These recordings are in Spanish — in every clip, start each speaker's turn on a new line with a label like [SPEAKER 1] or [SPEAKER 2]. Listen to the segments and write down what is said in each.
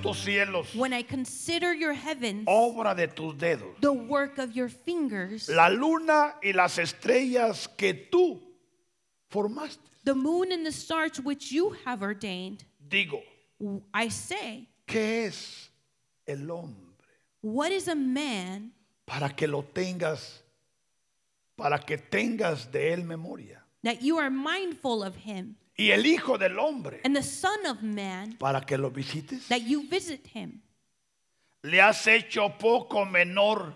[SPEAKER 1] tus cielos,
[SPEAKER 2] when I consider your heavens,
[SPEAKER 1] obra de tus dedos,
[SPEAKER 2] the work of your fingers,
[SPEAKER 1] la luna y las estrellas que tú formaste.
[SPEAKER 2] the moon and the stars which you have ordained,
[SPEAKER 1] Digo,
[SPEAKER 2] w- I say,
[SPEAKER 1] ¿qué es el hombre?
[SPEAKER 2] what is a man
[SPEAKER 1] Para que lo tengas, para que tengas de él memoria.
[SPEAKER 2] that you are mindful of him,
[SPEAKER 1] Y el hijo del hombre,
[SPEAKER 2] and the son of man
[SPEAKER 1] para que lo visites.
[SPEAKER 2] that you visit him?
[SPEAKER 1] Le has hecho poco menor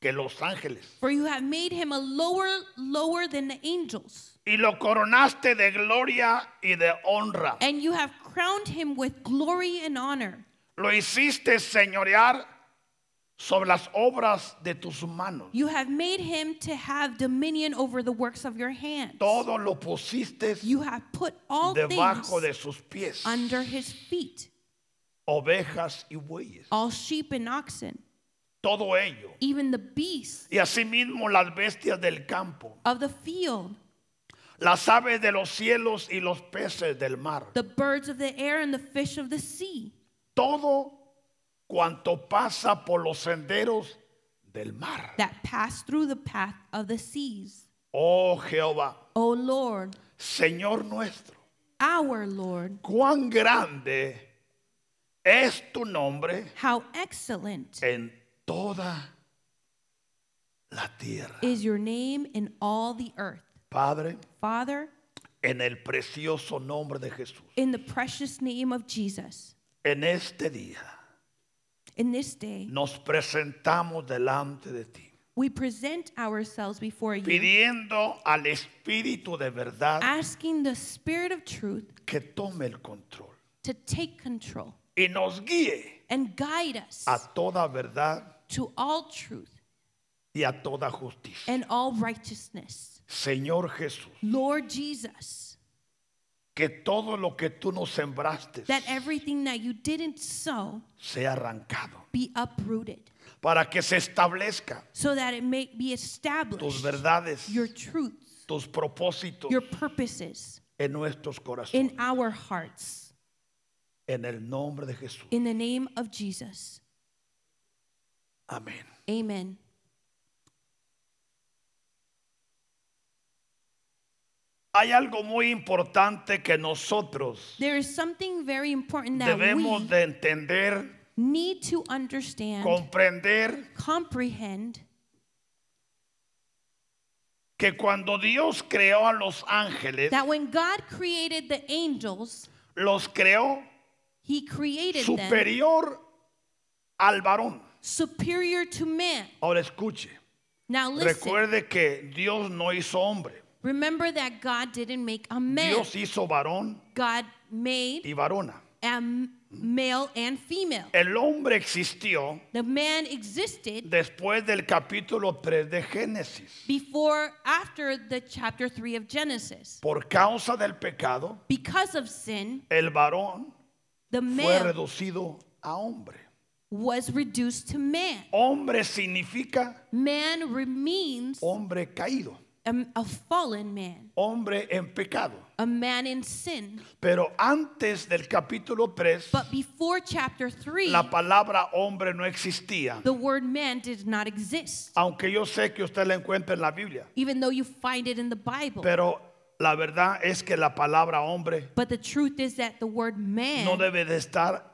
[SPEAKER 1] que los ángeles.
[SPEAKER 2] For you have made him a lower lower than the angels,
[SPEAKER 1] Y lo coronaste de gloria y de honra.
[SPEAKER 2] and you have crowned him with glory and honor.
[SPEAKER 1] Lo hiciste señorear sobre las obras de tus manos.
[SPEAKER 2] You have made him to have dominion over the works of your hands.
[SPEAKER 1] Todo lo pusiste
[SPEAKER 2] You have put all things
[SPEAKER 1] debajo de sus pies.
[SPEAKER 2] under his feet,
[SPEAKER 1] Ovejas y bueyes.
[SPEAKER 2] all sheep and oxen,
[SPEAKER 1] Todo ello.
[SPEAKER 2] even the beasts
[SPEAKER 1] Y asimismo las bestias del campo.
[SPEAKER 2] of the field,
[SPEAKER 1] Las aves de los cielos y los peces del mar.
[SPEAKER 2] the birds of the air and the fish of the sea,
[SPEAKER 1] Todo cuanto pasa por los senderos del mar.
[SPEAKER 2] that pass through the path of the seas.
[SPEAKER 1] Oh Jehová,
[SPEAKER 2] O Lord,
[SPEAKER 1] Señor nuestro,
[SPEAKER 2] our Lord,
[SPEAKER 1] cuán grande es tu nombre
[SPEAKER 2] how excellent
[SPEAKER 1] en toda la tierra.
[SPEAKER 2] is your name in all the earth.
[SPEAKER 1] Padre,
[SPEAKER 2] Father,
[SPEAKER 1] en el precioso nombre de Jesús,
[SPEAKER 2] in the precious name of Jesus,
[SPEAKER 1] en este día
[SPEAKER 2] in this day,
[SPEAKER 1] nos presentamos delante de ti,
[SPEAKER 2] we present ourselves before you,
[SPEAKER 1] pidiendo al Espíritu de
[SPEAKER 2] Ah.
[SPEAKER 1] verdad
[SPEAKER 2] asking the Spirit of truth
[SPEAKER 1] que tome el control
[SPEAKER 2] to take control
[SPEAKER 1] y nos guíe
[SPEAKER 2] and guide us
[SPEAKER 1] a toda verdad
[SPEAKER 2] to all truth
[SPEAKER 1] y a toda justicia.
[SPEAKER 2] and all righteousness.
[SPEAKER 1] Señor Jesús,
[SPEAKER 2] Lord Jesus,
[SPEAKER 1] que todo lo que tú nos sembraste
[SPEAKER 2] that em- everything that you didn't sow
[SPEAKER 1] sea arrancado
[SPEAKER 2] be uprooted
[SPEAKER 1] para que se establezca
[SPEAKER 2] so that it may be
[SPEAKER 1] tus
[SPEAKER 2] established
[SPEAKER 1] verdades,
[SPEAKER 2] your truths,
[SPEAKER 1] tus propósitos
[SPEAKER 2] your purposes
[SPEAKER 1] en nuestros
[SPEAKER 2] in
[SPEAKER 1] corazones.
[SPEAKER 2] our hearts.
[SPEAKER 1] En el nombre de Jesús.
[SPEAKER 2] In the name of Jesus.
[SPEAKER 1] Amén.
[SPEAKER 2] Amen.
[SPEAKER 1] Hay algo muy importante que nosotros
[SPEAKER 2] There is something very important that
[SPEAKER 1] debemos
[SPEAKER 2] we
[SPEAKER 1] de entender,
[SPEAKER 2] need to understand,
[SPEAKER 1] comprender,
[SPEAKER 2] comprehend
[SPEAKER 1] que cuando Dios creó a los ángeles,
[SPEAKER 2] that when God created the angels,
[SPEAKER 1] los creó
[SPEAKER 2] He created them
[SPEAKER 1] superior al varón.
[SPEAKER 2] superior to man.
[SPEAKER 1] Ahora escuche,
[SPEAKER 2] Now listen.
[SPEAKER 1] recuerde que Dios no hizo hombre.
[SPEAKER 2] Remember that God didn't make a man.
[SPEAKER 1] Dios hizo varón
[SPEAKER 2] God made
[SPEAKER 1] y varona.
[SPEAKER 2] a m- male and female.
[SPEAKER 1] El hombre existió
[SPEAKER 2] The man existed
[SPEAKER 1] después del capítulo 3 de Génesis.
[SPEAKER 2] before, after the chapter 3 of Genesis.
[SPEAKER 1] Por causa del pecado,
[SPEAKER 2] Because of sin,
[SPEAKER 1] el varón
[SPEAKER 2] the
[SPEAKER 1] fue
[SPEAKER 2] man
[SPEAKER 1] reducido a hombre.
[SPEAKER 2] was reduced to man.
[SPEAKER 1] Hombre significa
[SPEAKER 2] Man re- means
[SPEAKER 1] hombre caído,
[SPEAKER 2] a, a fallen man,
[SPEAKER 1] hombre en pecado.
[SPEAKER 2] a man in sin.
[SPEAKER 1] Pero antes del capítulo 3,
[SPEAKER 2] But before chapter 3,
[SPEAKER 1] la palabra hombre no existía.
[SPEAKER 2] the word man did not exist,
[SPEAKER 1] Aunque yo sé que usted la encuentra en la Biblia.
[SPEAKER 2] even though you find it in the Bible.
[SPEAKER 1] Pero la verdad es que la palabra hombre
[SPEAKER 2] but the truth is that the word man,
[SPEAKER 1] no debe de estar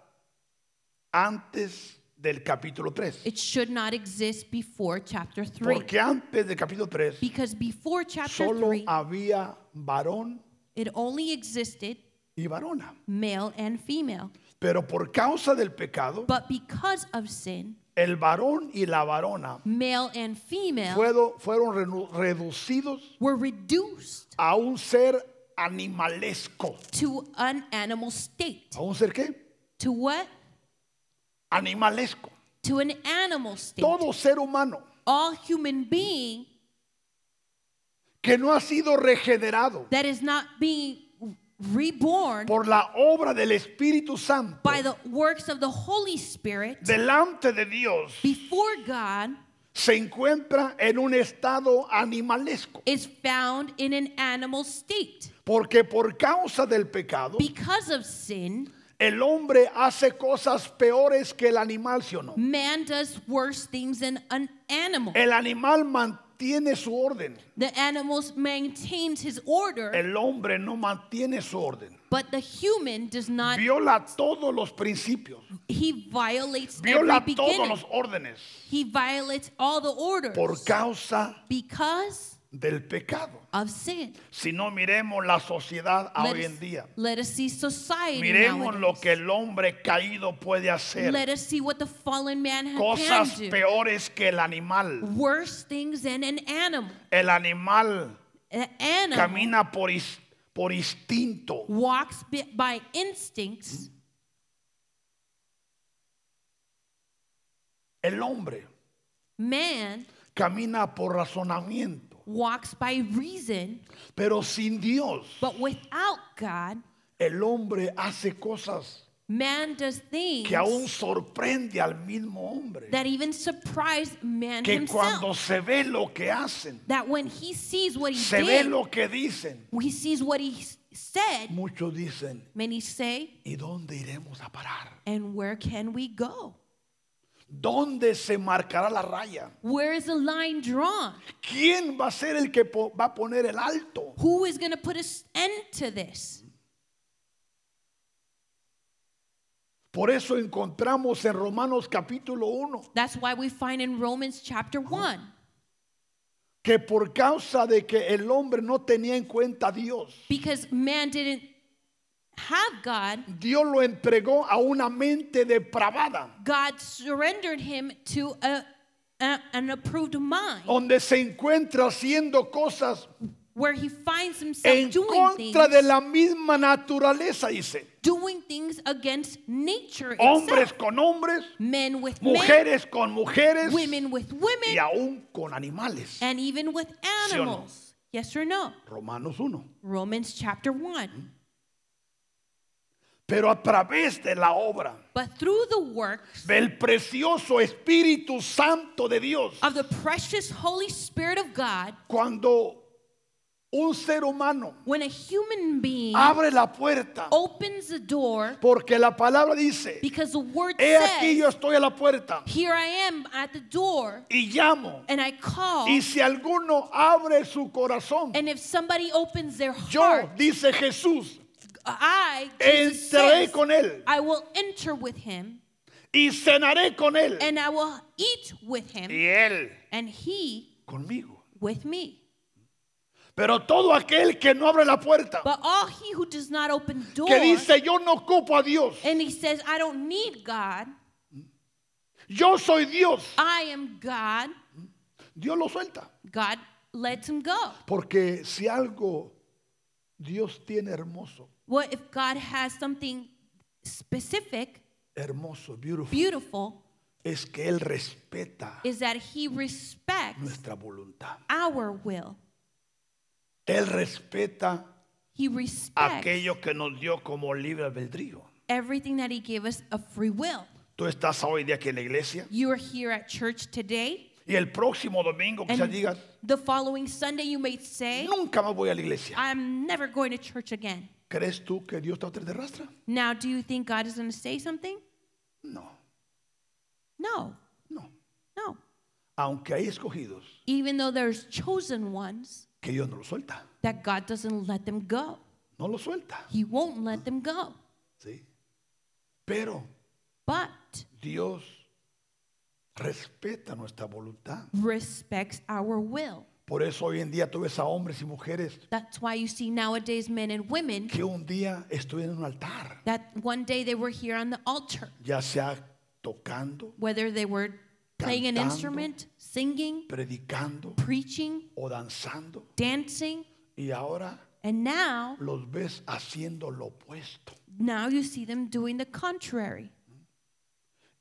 [SPEAKER 1] antes del capítulo 3.
[SPEAKER 2] it should not exist before chapter 3.
[SPEAKER 1] Porque antes del capítulo 3
[SPEAKER 2] because before chapter
[SPEAKER 1] solo
[SPEAKER 2] 3,
[SPEAKER 1] había varón
[SPEAKER 2] it only existed
[SPEAKER 1] y varona.
[SPEAKER 2] male and female.
[SPEAKER 1] Pero por causa del pecado,
[SPEAKER 2] But because of sin,
[SPEAKER 1] el varón y la varona
[SPEAKER 2] male and female
[SPEAKER 1] fueron, fueron renu- reducidos
[SPEAKER 2] were reduced
[SPEAKER 1] a un ser animalesco.
[SPEAKER 2] to an animal state.
[SPEAKER 1] ¿A un ser qué?
[SPEAKER 2] To what?
[SPEAKER 1] Animalesco.
[SPEAKER 2] To an animal state.
[SPEAKER 1] Todo ser humano
[SPEAKER 2] All human being
[SPEAKER 1] que no ha sido regenerado
[SPEAKER 2] that is not being reborn
[SPEAKER 1] por la obra del Espíritu Santo
[SPEAKER 2] by the works of the Holy Spirit
[SPEAKER 1] delante de Dios
[SPEAKER 2] before God
[SPEAKER 1] se encuentra en un estado animalesco.
[SPEAKER 2] is found in an animal state.
[SPEAKER 1] Porque por causa del pecado,
[SPEAKER 2] Because of sin,
[SPEAKER 1] El hombre hace cosas peores que el animal, ¿sí o no?
[SPEAKER 2] Man does worse things than an animal.
[SPEAKER 1] El animal mantiene su orden.
[SPEAKER 2] The animals maintains his order,
[SPEAKER 1] El hombre no mantiene su orden.
[SPEAKER 2] but the human does not.
[SPEAKER 1] Viola todos los principios.
[SPEAKER 2] He violates every
[SPEAKER 1] Viola todos
[SPEAKER 2] beginning.
[SPEAKER 1] los órdenes
[SPEAKER 2] He violates all the orders
[SPEAKER 1] por causa
[SPEAKER 2] because
[SPEAKER 1] del pecado.
[SPEAKER 2] of sin.
[SPEAKER 1] Si no miremos la sociedad a
[SPEAKER 2] Let
[SPEAKER 1] hoy en
[SPEAKER 2] us-
[SPEAKER 1] día,
[SPEAKER 2] let us see society
[SPEAKER 1] miremos
[SPEAKER 2] nowadays.
[SPEAKER 1] lo que el hombre caído puede
[SPEAKER 2] Let
[SPEAKER 1] hacer.
[SPEAKER 2] us see what the fallen man ha-
[SPEAKER 1] Cosas
[SPEAKER 2] can do.
[SPEAKER 1] peores que el animal.
[SPEAKER 2] Worse things than an animal.
[SPEAKER 1] El animal
[SPEAKER 2] An animal
[SPEAKER 1] camina por, is- por instinto.
[SPEAKER 2] walks bi- by instincts.
[SPEAKER 1] El hombre
[SPEAKER 2] Man
[SPEAKER 1] camina por razonamiento.
[SPEAKER 2] walks by reason,
[SPEAKER 1] Pero sin Dios,
[SPEAKER 2] but without God,
[SPEAKER 1] el hombre hace cosas
[SPEAKER 2] man does things
[SPEAKER 1] que aún sorprende al mismo hombre.
[SPEAKER 2] that even surprise man
[SPEAKER 1] Que
[SPEAKER 2] himself.
[SPEAKER 1] cuando se ve lo que hacen,
[SPEAKER 2] that when he sees what he
[SPEAKER 1] se ve
[SPEAKER 2] did,
[SPEAKER 1] lo que dicen,
[SPEAKER 2] he sees what he s- said.
[SPEAKER 1] muchos dicen,
[SPEAKER 2] Many say,
[SPEAKER 1] ¿y dónde iremos a parar?
[SPEAKER 2] and where can we go?
[SPEAKER 1] ¿Dónde se marcará la raya?
[SPEAKER 2] Where is the line drawn?
[SPEAKER 1] ¿Quién va a ser el que po- va a poner el alto?
[SPEAKER 2] Who is going to put an end to this?
[SPEAKER 1] Por eso encontramos en Romanos capítulo 1
[SPEAKER 2] That's why we find in Romans chapter 1
[SPEAKER 1] que por causa de que el hombre no tenía en cuenta a Dios,
[SPEAKER 2] because man didn't have God,
[SPEAKER 1] Dios lo entregó a una mente depravada.
[SPEAKER 2] God surrendered him to a, a- an approved mind
[SPEAKER 1] donde se encuentra haciendo cosas
[SPEAKER 2] where he finds himself
[SPEAKER 1] en
[SPEAKER 2] doing
[SPEAKER 1] contra de
[SPEAKER 2] things,
[SPEAKER 1] la misma naturaleza, dice.
[SPEAKER 2] doing things against nature
[SPEAKER 1] Hombres
[SPEAKER 2] itself.
[SPEAKER 1] con hombres,
[SPEAKER 2] Men with men,
[SPEAKER 1] mujeres con mujeres
[SPEAKER 2] women with
[SPEAKER 1] y
[SPEAKER 2] women,
[SPEAKER 1] aún con animales.
[SPEAKER 2] and even with
[SPEAKER 1] o no?
[SPEAKER 2] animals. Yes or no?
[SPEAKER 1] Romanos 1.
[SPEAKER 2] Romans chapter 1.
[SPEAKER 1] Pero a través de la obra
[SPEAKER 2] But through the works
[SPEAKER 1] del precioso Espíritu Santo de Dios,
[SPEAKER 2] of the precious Holy Spirit of God,
[SPEAKER 1] cuando un ser humano
[SPEAKER 2] when a human being
[SPEAKER 1] abre la puerta,
[SPEAKER 2] opens the door,
[SPEAKER 1] porque la palabra dice,
[SPEAKER 2] Oh. because the word
[SPEAKER 1] he aquí
[SPEAKER 2] says,
[SPEAKER 1] yo estoy a la puerta
[SPEAKER 2] Here I am at the door,
[SPEAKER 1] y llamo.
[SPEAKER 2] and I call,
[SPEAKER 1] Y si alguno abre su corazón,
[SPEAKER 2] and if somebody opens their
[SPEAKER 1] yo,
[SPEAKER 2] heart,
[SPEAKER 1] dice Jesús,
[SPEAKER 2] I, Jesus
[SPEAKER 1] entraré
[SPEAKER 2] says,
[SPEAKER 1] con él
[SPEAKER 2] I will enter with him,
[SPEAKER 1] y cenaré con él
[SPEAKER 2] and I will eat with him,
[SPEAKER 1] y él
[SPEAKER 2] and he
[SPEAKER 1] conmigo.
[SPEAKER 2] with me.
[SPEAKER 1] Pero todo aquel que no abre la puerta,
[SPEAKER 2] But all he who does not open the
[SPEAKER 1] que
[SPEAKER 2] door,
[SPEAKER 1] dice yo no ocupo a Dios,
[SPEAKER 2] and he says, I don't need God,
[SPEAKER 1] yo soy Dios,
[SPEAKER 2] I am God,
[SPEAKER 1] Dios lo suelta.
[SPEAKER 2] God lets him go.
[SPEAKER 1] Porque si algo Dios tiene hermoso,
[SPEAKER 2] What if God has something specific,
[SPEAKER 1] hermoso, beautiful,
[SPEAKER 2] beautiful,
[SPEAKER 1] es que Él respeta
[SPEAKER 2] is that He respects
[SPEAKER 1] nuestra voluntad.
[SPEAKER 2] our will.
[SPEAKER 1] Él respeta
[SPEAKER 2] He respects
[SPEAKER 1] aquello que nos dio como libre albedrío.
[SPEAKER 2] everything that He gave us of free will.
[SPEAKER 1] Tú estás hoy de aquí en la iglesia
[SPEAKER 2] You are here at church today,
[SPEAKER 1] y el próximo domingo pues, quizás
[SPEAKER 2] and
[SPEAKER 1] digas,
[SPEAKER 2] the following Sunday you may say,
[SPEAKER 1] nunca más voy a la iglesia.
[SPEAKER 2] I'm never going to church again.
[SPEAKER 1] ¿Crees tú que Dios te va a tener de rastra?
[SPEAKER 2] Now, do you think God is going to say something?
[SPEAKER 1] No,
[SPEAKER 2] No,
[SPEAKER 1] no.
[SPEAKER 2] no.
[SPEAKER 1] Aunque hay escogidos
[SPEAKER 2] Even though there's chosen ones
[SPEAKER 1] que Dios no lo suelta,
[SPEAKER 2] that God doesn't let them go,
[SPEAKER 1] no lo suelta,
[SPEAKER 2] He won't let them go.
[SPEAKER 1] ¿sí? Pero
[SPEAKER 2] But
[SPEAKER 1] Dios respeta nuestra voluntad.
[SPEAKER 2] respects our will.
[SPEAKER 1] Por eso hoy en día tú ves a hombres y mujeres
[SPEAKER 2] That's why you see nowadays men and women
[SPEAKER 1] que un día estuvieron en un altar,
[SPEAKER 2] that one day they were here on the altar,
[SPEAKER 1] ya sea tocando,
[SPEAKER 2] whether they were playing an
[SPEAKER 1] Cantando.
[SPEAKER 2] instrument, singing,
[SPEAKER 1] predicando
[SPEAKER 2] preaching,
[SPEAKER 1] o danzando,
[SPEAKER 2] dancing,
[SPEAKER 1] y ahora
[SPEAKER 2] and now
[SPEAKER 1] los ves haciendo lo opuesto.
[SPEAKER 2] now you see them doing the contrary.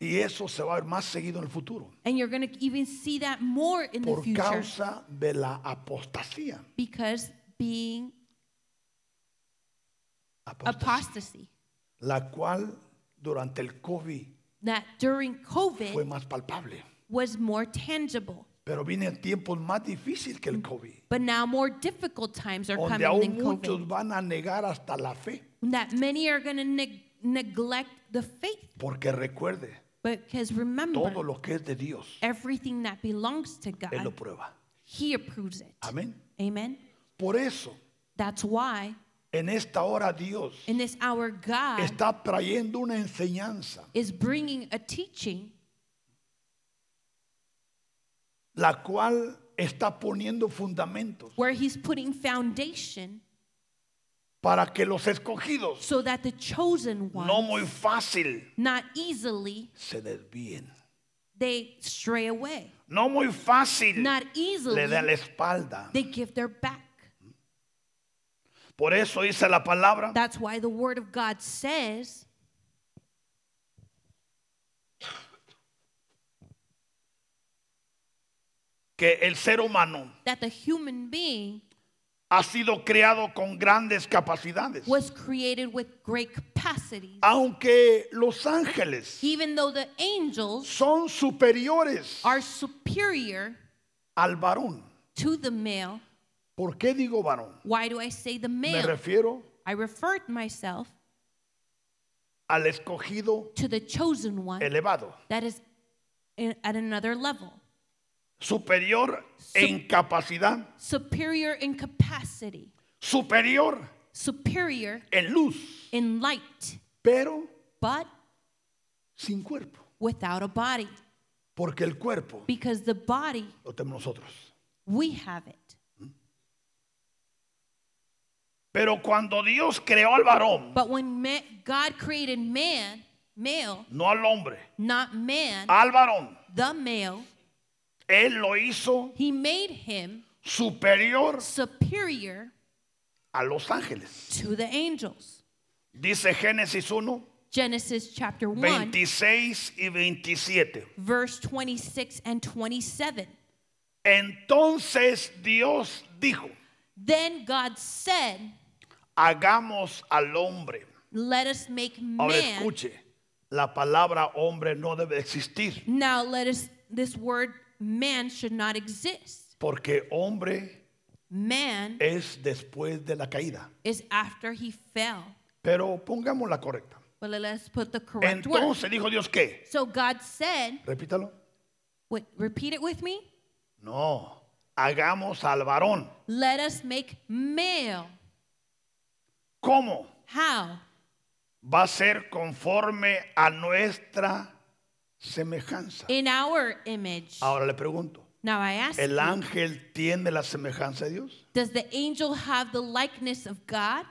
[SPEAKER 1] Y eso se va a ver más seguido en el futuro.
[SPEAKER 2] And you're going to even see that more in the
[SPEAKER 1] Por
[SPEAKER 2] future
[SPEAKER 1] causa de la apostasía.
[SPEAKER 2] because being
[SPEAKER 1] Apostasía.
[SPEAKER 2] apostasy
[SPEAKER 1] La cual durante el COVID
[SPEAKER 2] that during
[SPEAKER 1] fue
[SPEAKER 2] COVID
[SPEAKER 1] más palpable.
[SPEAKER 2] was more tangible.
[SPEAKER 1] Pero vienen tiempos más difíciles que el COVID.
[SPEAKER 2] But now more difficult times are
[SPEAKER 1] Donde
[SPEAKER 2] Mm. coming
[SPEAKER 1] aún
[SPEAKER 2] than COVID.
[SPEAKER 1] muchos van a negar hasta la fe.
[SPEAKER 2] that many are going to neg- neglect the faith.
[SPEAKER 1] Porque recuerde,
[SPEAKER 2] Because remember,
[SPEAKER 1] todo lo que es de Dios,
[SPEAKER 2] everything that belongs to
[SPEAKER 1] Él lo
[SPEAKER 2] God,
[SPEAKER 1] prueba.
[SPEAKER 2] He approves it.
[SPEAKER 1] Amén.
[SPEAKER 2] Amen.
[SPEAKER 1] Por eso,
[SPEAKER 2] That's why
[SPEAKER 1] en esta hora Dios
[SPEAKER 2] in this hour, God
[SPEAKER 1] está trayendo una enseñanza,
[SPEAKER 2] is bringing a teaching
[SPEAKER 1] la cual está poniendo fundamentos
[SPEAKER 2] where He's putting foundation
[SPEAKER 1] para que los escogidos,
[SPEAKER 2] so that the chosen one,
[SPEAKER 1] no muy fácil,
[SPEAKER 2] not easily,
[SPEAKER 1] se desvíen.
[SPEAKER 2] they stray away.
[SPEAKER 1] No muy fácil
[SPEAKER 2] Not
[SPEAKER 1] Eh, le den la
[SPEAKER 2] easily,
[SPEAKER 1] espalda.
[SPEAKER 2] they give their back.
[SPEAKER 1] Por eso dice la palabra,
[SPEAKER 2] That's why the Word of God says,
[SPEAKER 1] que el ser humano
[SPEAKER 2] that the human being
[SPEAKER 1] ha sido creado con grandes capacidades.
[SPEAKER 2] was created with great capacities.
[SPEAKER 1] Aunque los ángeles
[SPEAKER 2] Even though the angels
[SPEAKER 1] son superiores
[SPEAKER 2] are superior
[SPEAKER 1] al varón.
[SPEAKER 2] to the male,
[SPEAKER 1] ¿Por qué digo varón?
[SPEAKER 2] why do I say the
[SPEAKER 1] Me
[SPEAKER 2] male?
[SPEAKER 1] refiero
[SPEAKER 2] I referred myself
[SPEAKER 1] al escogido
[SPEAKER 2] to the chosen one
[SPEAKER 1] elevado,
[SPEAKER 2] that is in, at another level,
[SPEAKER 1] superior en capacidad,
[SPEAKER 2] superior in capacity,
[SPEAKER 1] superior
[SPEAKER 2] superior
[SPEAKER 1] en luz,
[SPEAKER 2] in light,
[SPEAKER 1] pero
[SPEAKER 2] but
[SPEAKER 1] sin cuerpo,
[SPEAKER 2] without a body,
[SPEAKER 1] porque el cuerpo
[SPEAKER 2] because the body,
[SPEAKER 1] lo tenemos nosotros.
[SPEAKER 2] we have it.
[SPEAKER 1] Pero cuando Dios creó al varón,
[SPEAKER 2] But when ma- God created man, male,
[SPEAKER 1] no al hombre,
[SPEAKER 2] not man,
[SPEAKER 1] al varón,
[SPEAKER 2] the male,
[SPEAKER 1] Él lo hizo
[SPEAKER 2] he made him
[SPEAKER 1] superior
[SPEAKER 2] superior
[SPEAKER 1] a los ángeles.
[SPEAKER 2] to the angels.
[SPEAKER 1] Dice Génesis 1,
[SPEAKER 2] Genesis chapter 1,
[SPEAKER 1] 26 y 27.
[SPEAKER 2] verse 26 and 27.
[SPEAKER 1] Entonces Dios dijo,
[SPEAKER 2] Then God said,
[SPEAKER 1] hagamos al hombre.
[SPEAKER 2] Let us make
[SPEAKER 1] Ahora
[SPEAKER 2] man.
[SPEAKER 1] escuche, la palabra hombre no debe existir,
[SPEAKER 2] Now let us, this word man should not exist.
[SPEAKER 1] porque hombre
[SPEAKER 2] Man
[SPEAKER 1] es después de la caída.
[SPEAKER 2] is after he fell.
[SPEAKER 1] Pero pongamos la correcta.
[SPEAKER 2] But let us put the correct word.
[SPEAKER 1] Entonces dijo Dios qué?
[SPEAKER 2] So God said,
[SPEAKER 1] Repítalo.
[SPEAKER 2] wait, repeat it with me.
[SPEAKER 1] No, hagamos al varón.
[SPEAKER 2] Let us make male.
[SPEAKER 1] ¿Cómo?
[SPEAKER 2] How?
[SPEAKER 1] Va a ser conforme a nuestra semejanza.
[SPEAKER 2] In our image.
[SPEAKER 1] Ahora le pregunto,
[SPEAKER 2] Now I ask
[SPEAKER 1] ¿el
[SPEAKER 2] you,
[SPEAKER 1] ángel tiene la semejanza de Dios?
[SPEAKER 2] does the angel have the likeness of God?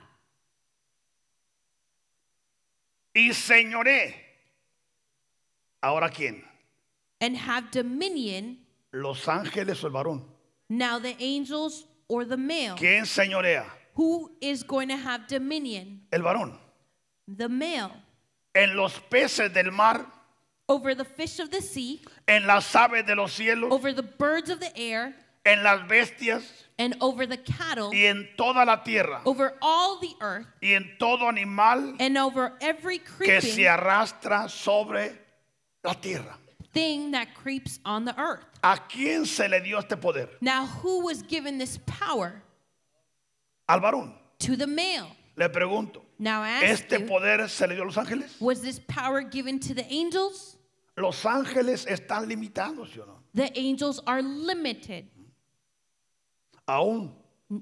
[SPEAKER 1] Y señoré. ¿Ahora quién?
[SPEAKER 2] and have dominion
[SPEAKER 1] ¿Los ángeles o el varón?
[SPEAKER 2] now the angels or the male
[SPEAKER 1] ¿Quién señorea?
[SPEAKER 2] who is going to have dominion
[SPEAKER 1] El varón.
[SPEAKER 2] the male
[SPEAKER 1] En los peces del mar,
[SPEAKER 2] over the fish of the sea
[SPEAKER 1] en las aves de los cielos,
[SPEAKER 2] over the birds of the air
[SPEAKER 1] en las bestias
[SPEAKER 2] and over the cattle
[SPEAKER 1] y en toda la tierra
[SPEAKER 2] over all the earth
[SPEAKER 1] y en todo animal
[SPEAKER 2] and over every
[SPEAKER 1] que se
[SPEAKER 2] creeping
[SPEAKER 1] arrastra sobre la tierra.
[SPEAKER 2] thing that creeps on the earth
[SPEAKER 1] ¿A quién se le dio este poder?
[SPEAKER 2] now who was given this power
[SPEAKER 1] Al varón.
[SPEAKER 2] to the male
[SPEAKER 1] Le pregunto,
[SPEAKER 2] now I ask
[SPEAKER 1] ¿este
[SPEAKER 2] you,
[SPEAKER 1] poder se le dio a los ángeles?
[SPEAKER 2] was this power given to the angels
[SPEAKER 1] Los ángeles están limitados, ¿sí o no?
[SPEAKER 2] the angels are limited
[SPEAKER 1] Aún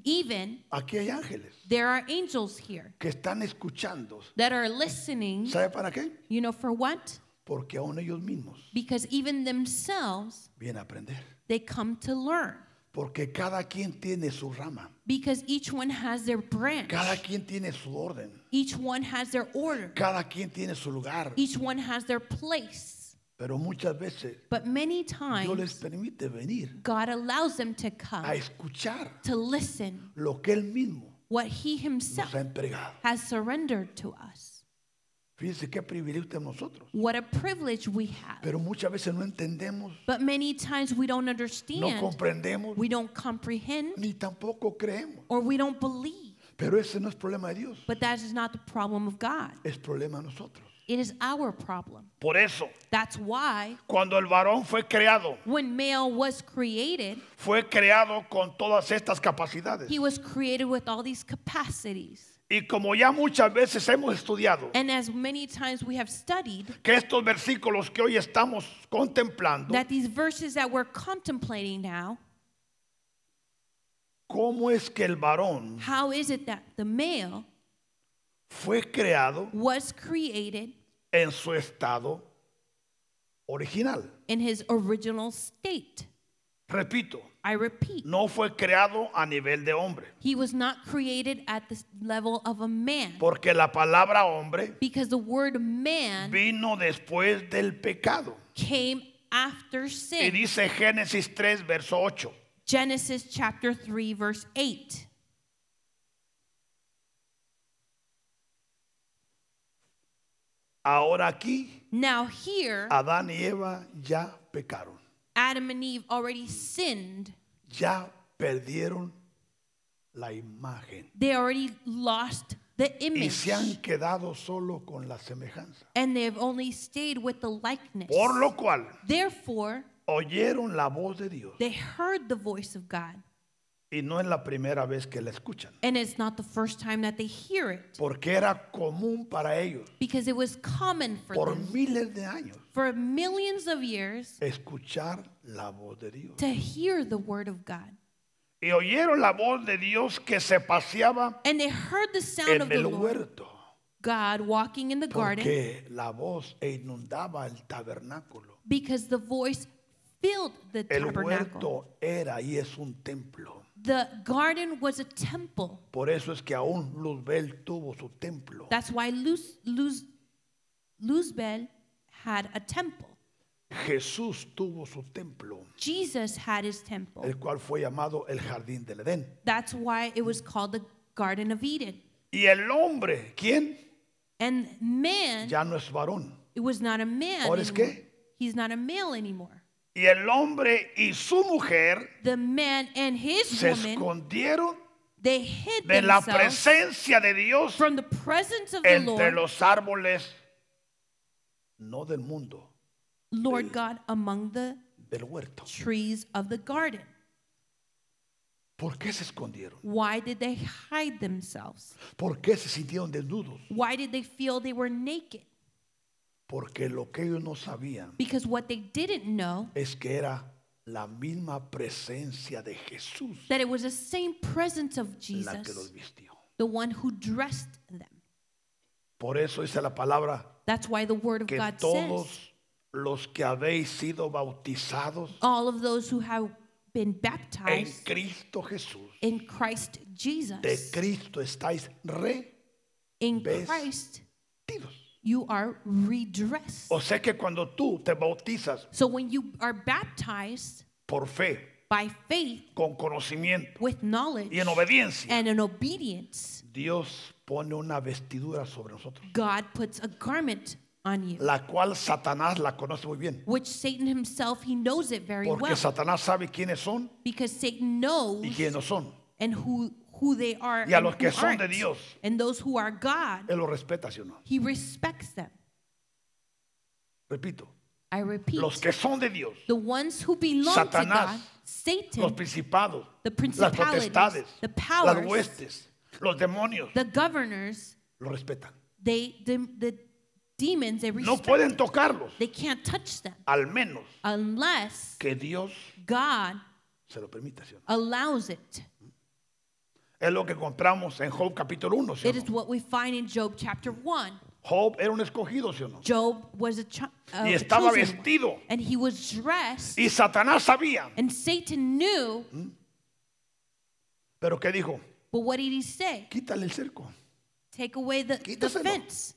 [SPEAKER 2] even
[SPEAKER 1] aquí hay ángeles.
[SPEAKER 2] there are angels here
[SPEAKER 1] que están escuchando,
[SPEAKER 2] that are listening,
[SPEAKER 1] ¿sabe para qué?
[SPEAKER 2] you know, for what?
[SPEAKER 1] Porque aún ellos mismos
[SPEAKER 2] Because even themselves,
[SPEAKER 1] vienen a aprender.
[SPEAKER 2] they come to learn.
[SPEAKER 1] Porque cada quien tiene su rama,
[SPEAKER 2] Because each one has their branch,
[SPEAKER 1] cada quien tiene su orden,
[SPEAKER 2] each one has their order,
[SPEAKER 1] cada quien tiene su lugar.
[SPEAKER 2] each one has their place.
[SPEAKER 1] Pero muchas veces
[SPEAKER 2] But many
[SPEAKER 1] Dios les
[SPEAKER 2] times,
[SPEAKER 1] permite venir
[SPEAKER 2] God allows them to come
[SPEAKER 1] a escuchar
[SPEAKER 2] to listen
[SPEAKER 1] lo que Él mismo
[SPEAKER 2] what He Himself
[SPEAKER 1] nos ha entregado.
[SPEAKER 2] has surrendered to us.
[SPEAKER 1] Fíjense qué privilegio tenemos nosotros.
[SPEAKER 2] What a privilege we have.
[SPEAKER 1] Pero muchas veces no entendemos,
[SPEAKER 2] But many times we don't
[SPEAKER 1] no
[SPEAKER 2] understand,
[SPEAKER 1] comprendemos,
[SPEAKER 2] we don't comprehend,
[SPEAKER 1] ni tampoco creemos.
[SPEAKER 2] or we don't believe.
[SPEAKER 1] Pero ese no es problema de Dios,
[SPEAKER 2] But that is not the problem of God.
[SPEAKER 1] es problema de nosotros.
[SPEAKER 2] It is our problem.
[SPEAKER 1] Por eso,
[SPEAKER 2] That's why
[SPEAKER 1] cuando el varón fue creado,
[SPEAKER 2] when male was created,
[SPEAKER 1] fue creado con todas estas capacidades.
[SPEAKER 2] he was created with all these capacities.
[SPEAKER 1] Y como ya muchas veces hemos estudiado,
[SPEAKER 2] And as many times we have studied,
[SPEAKER 1] que estos versículos que hoy estamos contemplando,
[SPEAKER 2] that these verses that we're contemplating now,
[SPEAKER 1] ¿cómo es que el varón
[SPEAKER 2] how is it that the male
[SPEAKER 1] fue creado
[SPEAKER 2] was created
[SPEAKER 1] en su estado original?
[SPEAKER 2] in his original state?
[SPEAKER 1] Repito,
[SPEAKER 2] I repeat,
[SPEAKER 1] no fue creado a nivel de hombre,
[SPEAKER 2] he was not created at the level of a man
[SPEAKER 1] porque la palabra hombre
[SPEAKER 2] because the word man
[SPEAKER 1] vino después del pecado.
[SPEAKER 2] came after
[SPEAKER 1] Y
[SPEAKER 2] sin.
[SPEAKER 1] dice Génesis 3, verso 8.
[SPEAKER 2] Genesis chapter 3, verse 8.
[SPEAKER 1] Ahora aquí,
[SPEAKER 2] Now, here,
[SPEAKER 1] Adán y Eva ya pecaron,
[SPEAKER 2] Adam and Eve already sinned.
[SPEAKER 1] ya perdieron la imagen
[SPEAKER 2] They already lost the
[SPEAKER 1] y
[SPEAKER 2] image.
[SPEAKER 1] se han quedado solo con la semejanza.
[SPEAKER 2] And they've only stayed with the likeness.
[SPEAKER 1] Por lo cual,
[SPEAKER 2] Therefore,
[SPEAKER 1] oyeron la voz de Dios
[SPEAKER 2] they heard the voice of God.
[SPEAKER 1] y no es la primera vez que la escuchan,
[SPEAKER 2] And it's not the first time that they hear it
[SPEAKER 1] porque era común para ellos
[SPEAKER 2] because it was common for
[SPEAKER 1] por
[SPEAKER 2] them
[SPEAKER 1] miles de años
[SPEAKER 2] for millions of years
[SPEAKER 1] escuchar la voz de Dios.
[SPEAKER 2] to hear the word of God.
[SPEAKER 1] Y oyeron la voz de Dios que se paseaba
[SPEAKER 2] And they heard the sound of
[SPEAKER 1] en
[SPEAKER 2] the
[SPEAKER 1] el
[SPEAKER 2] Lord
[SPEAKER 1] huerto,
[SPEAKER 2] God walking in the garden
[SPEAKER 1] porque la voz e inundaba el tabernáculo.
[SPEAKER 2] because the voice filled the
[SPEAKER 1] El
[SPEAKER 2] tabernacle.
[SPEAKER 1] huerto era y es un templo.
[SPEAKER 2] The garden was a temple.
[SPEAKER 1] Por eso es que aún Luzbel tuvo su templo.
[SPEAKER 2] That's why Luz, Luz, Luzbel had a temple.
[SPEAKER 1] Jesús tuvo su templo,
[SPEAKER 2] Jesus had his temple.
[SPEAKER 1] el cual fue llamado el jardín del Edén.
[SPEAKER 2] That's why it was called the Garden of Eden.
[SPEAKER 1] Y el hombre, ¿quién?
[SPEAKER 2] And man,
[SPEAKER 1] Ya no es varón.
[SPEAKER 2] it was not a man.
[SPEAKER 1] Ahora es
[SPEAKER 2] anymore.
[SPEAKER 1] qué?
[SPEAKER 2] He's not a male anymore.
[SPEAKER 1] Y el hombre y su mujer
[SPEAKER 2] The man and his
[SPEAKER 1] se
[SPEAKER 2] woman,
[SPEAKER 1] escondieron
[SPEAKER 2] they hid
[SPEAKER 1] de la
[SPEAKER 2] themselves
[SPEAKER 1] presencia de Dios
[SPEAKER 2] from the presence of the
[SPEAKER 1] entre
[SPEAKER 2] Lord,
[SPEAKER 1] los árboles, no del mundo,
[SPEAKER 2] Lord God, among the
[SPEAKER 1] del huerto.
[SPEAKER 2] trees of the garden.
[SPEAKER 1] ¿Por qué se escondieron?
[SPEAKER 2] Why did they hide themselves?
[SPEAKER 1] ¿Por qué se sintieron desnudos?
[SPEAKER 2] Why did they feel they were naked?
[SPEAKER 1] Porque lo que ellos no sabían
[SPEAKER 2] Because what they didn't know
[SPEAKER 1] es que era la misma presencia de Jesús
[SPEAKER 2] that it was the same presence of
[SPEAKER 1] la que
[SPEAKER 2] Jesus,
[SPEAKER 1] los vistió.
[SPEAKER 2] the one who dressed them.
[SPEAKER 1] Por eso dice la palabra
[SPEAKER 2] That's why the word of
[SPEAKER 1] que
[SPEAKER 2] God says
[SPEAKER 1] todos los que habéis sido bautizados
[SPEAKER 2] all of those who have been
[SPEAKER 1] en
[SPEAKER 2] baptized
[SPEAKER 1] Cristo Jesús,
[SPEAKER 2] in Christ
[SPEAKER 1] de
[SPEAKER 2] Jesus,
[SPEAKER 1] Cristo estáis revestidos.
[SPEAKER 2] in
[SPEAKER 1] ves-
[SPEAKER 2] Christ, you are redressed.
[SPEAKER 1] O sea que cuando tú te bautizas
[SPEAKER 2] So when you are baptized
[SPEAKER 1] por fe,
[SPEAKER 2] by faith
[SPEAKER 1] con conocimiento
[SPEAKER 2] with knowledge
[SPEAKER 1] y en obediencia,
[SPEAKER 2] and in obedience,
[SPEAKER 1] Dios pone una vestidura sobre nosotros,
[SPEAKER 2] God puts a garment on you,
[SPEAKER 1] la cual Satanás la conoce muy bien,
[SPEAKER 2] which Satan himself, he knows it very
[SPEAKER 1] porque
[SPEAKER 2] well
[SPEAKER 1] Satanás sabe quiénes son
[SPEAKER 2] because Satan
[SPEAKER 1] y
[SPEAKER 2] knows
[SPEAKER 1] quiénes no son.
[SPEAKER 2] and who who they are
[SPEAKER 1] Y a
[SPEAKER 2] and
[SPEAKER 1] los
[SPEAKER 2] who
[SPEAKER 1] que son de
[SPEAKER 2] aren't.
[SPEAKER 1] Dios.
[SPEAKER 2] and those who are God
[SPEAKER 1] Él lo respeta, ¿sí o no?
[SPEAKER 2] he respects them
[SPEAKER 1] Repito,
[SPEAKER 2] I repeat
[SPEAKER 1] los que son de Dios,
[SPEAKER 2] the ones who belong to
[SPEAKER 1] Satanás,
[SPEAKER 2] God
[SPEAKER 1] los
[SPEAKER 2] Satan
[SPEAKER 1] principados,
[SPEAKER 2] the
[SPEAKER 1] las
[SPEAKER 2] principalities
[SPEAKER 1] potestades,
[SPEAKER 2] the
[SPEAKER 1] las
[SPEAKER 2] powers
[SPEAKER 1] huestes, los demonios,
[SPEAKER 2] the governors
[SPEAKER 1] lo respetan.
[SPEAKER 2] they the, the demons they
[SPEAKER 1] No
[SPEAKER 2] respect
[SPEAKER 1] pueden tocarlos,
[SPEAKER 2] they can't touch them
[SPEAKER 1] al menos
[SPEAKER 2] unless
[SPEAKER 1] que Dios
[SPEAKER 2] God
[SPEAKER 1] se lo permita. ¿sí o no?
[SPEAKER 2] allows it
[SPEAKER 1] Es lo que compramos en Job capítulo 1. ¿sí o
[SPEAKER 2] it
[SPEAKER 1] no?
[SPEAKER 2] is what we find in Job chapter 1
[SPEAKER 1] Job era un escogido, ¿sí o no?
[SPEAKER 2] Job was a, cho- uh,
[SPEAKER 1] Y
[SPEAKER 2] a
[SPEAKER 1] estaba
[SPEAKER 2] chosen one.
[SPEAKER 1] vestido.
[SPEAKER 2] and he was dressed
[SPEAKER 1] Y Satanás sabía,
[SPEAKER 2] and Satan knew
[SPEAKER 1] pero ¿qué dijo?
[SPEAKER 2] But what did he say?
[SPEAKER 1] Quítale el cerco
[SPEAKER 2] Take away the, the
[SPEAKER 1] Quítaselo.
[SPEAKER 2] fence,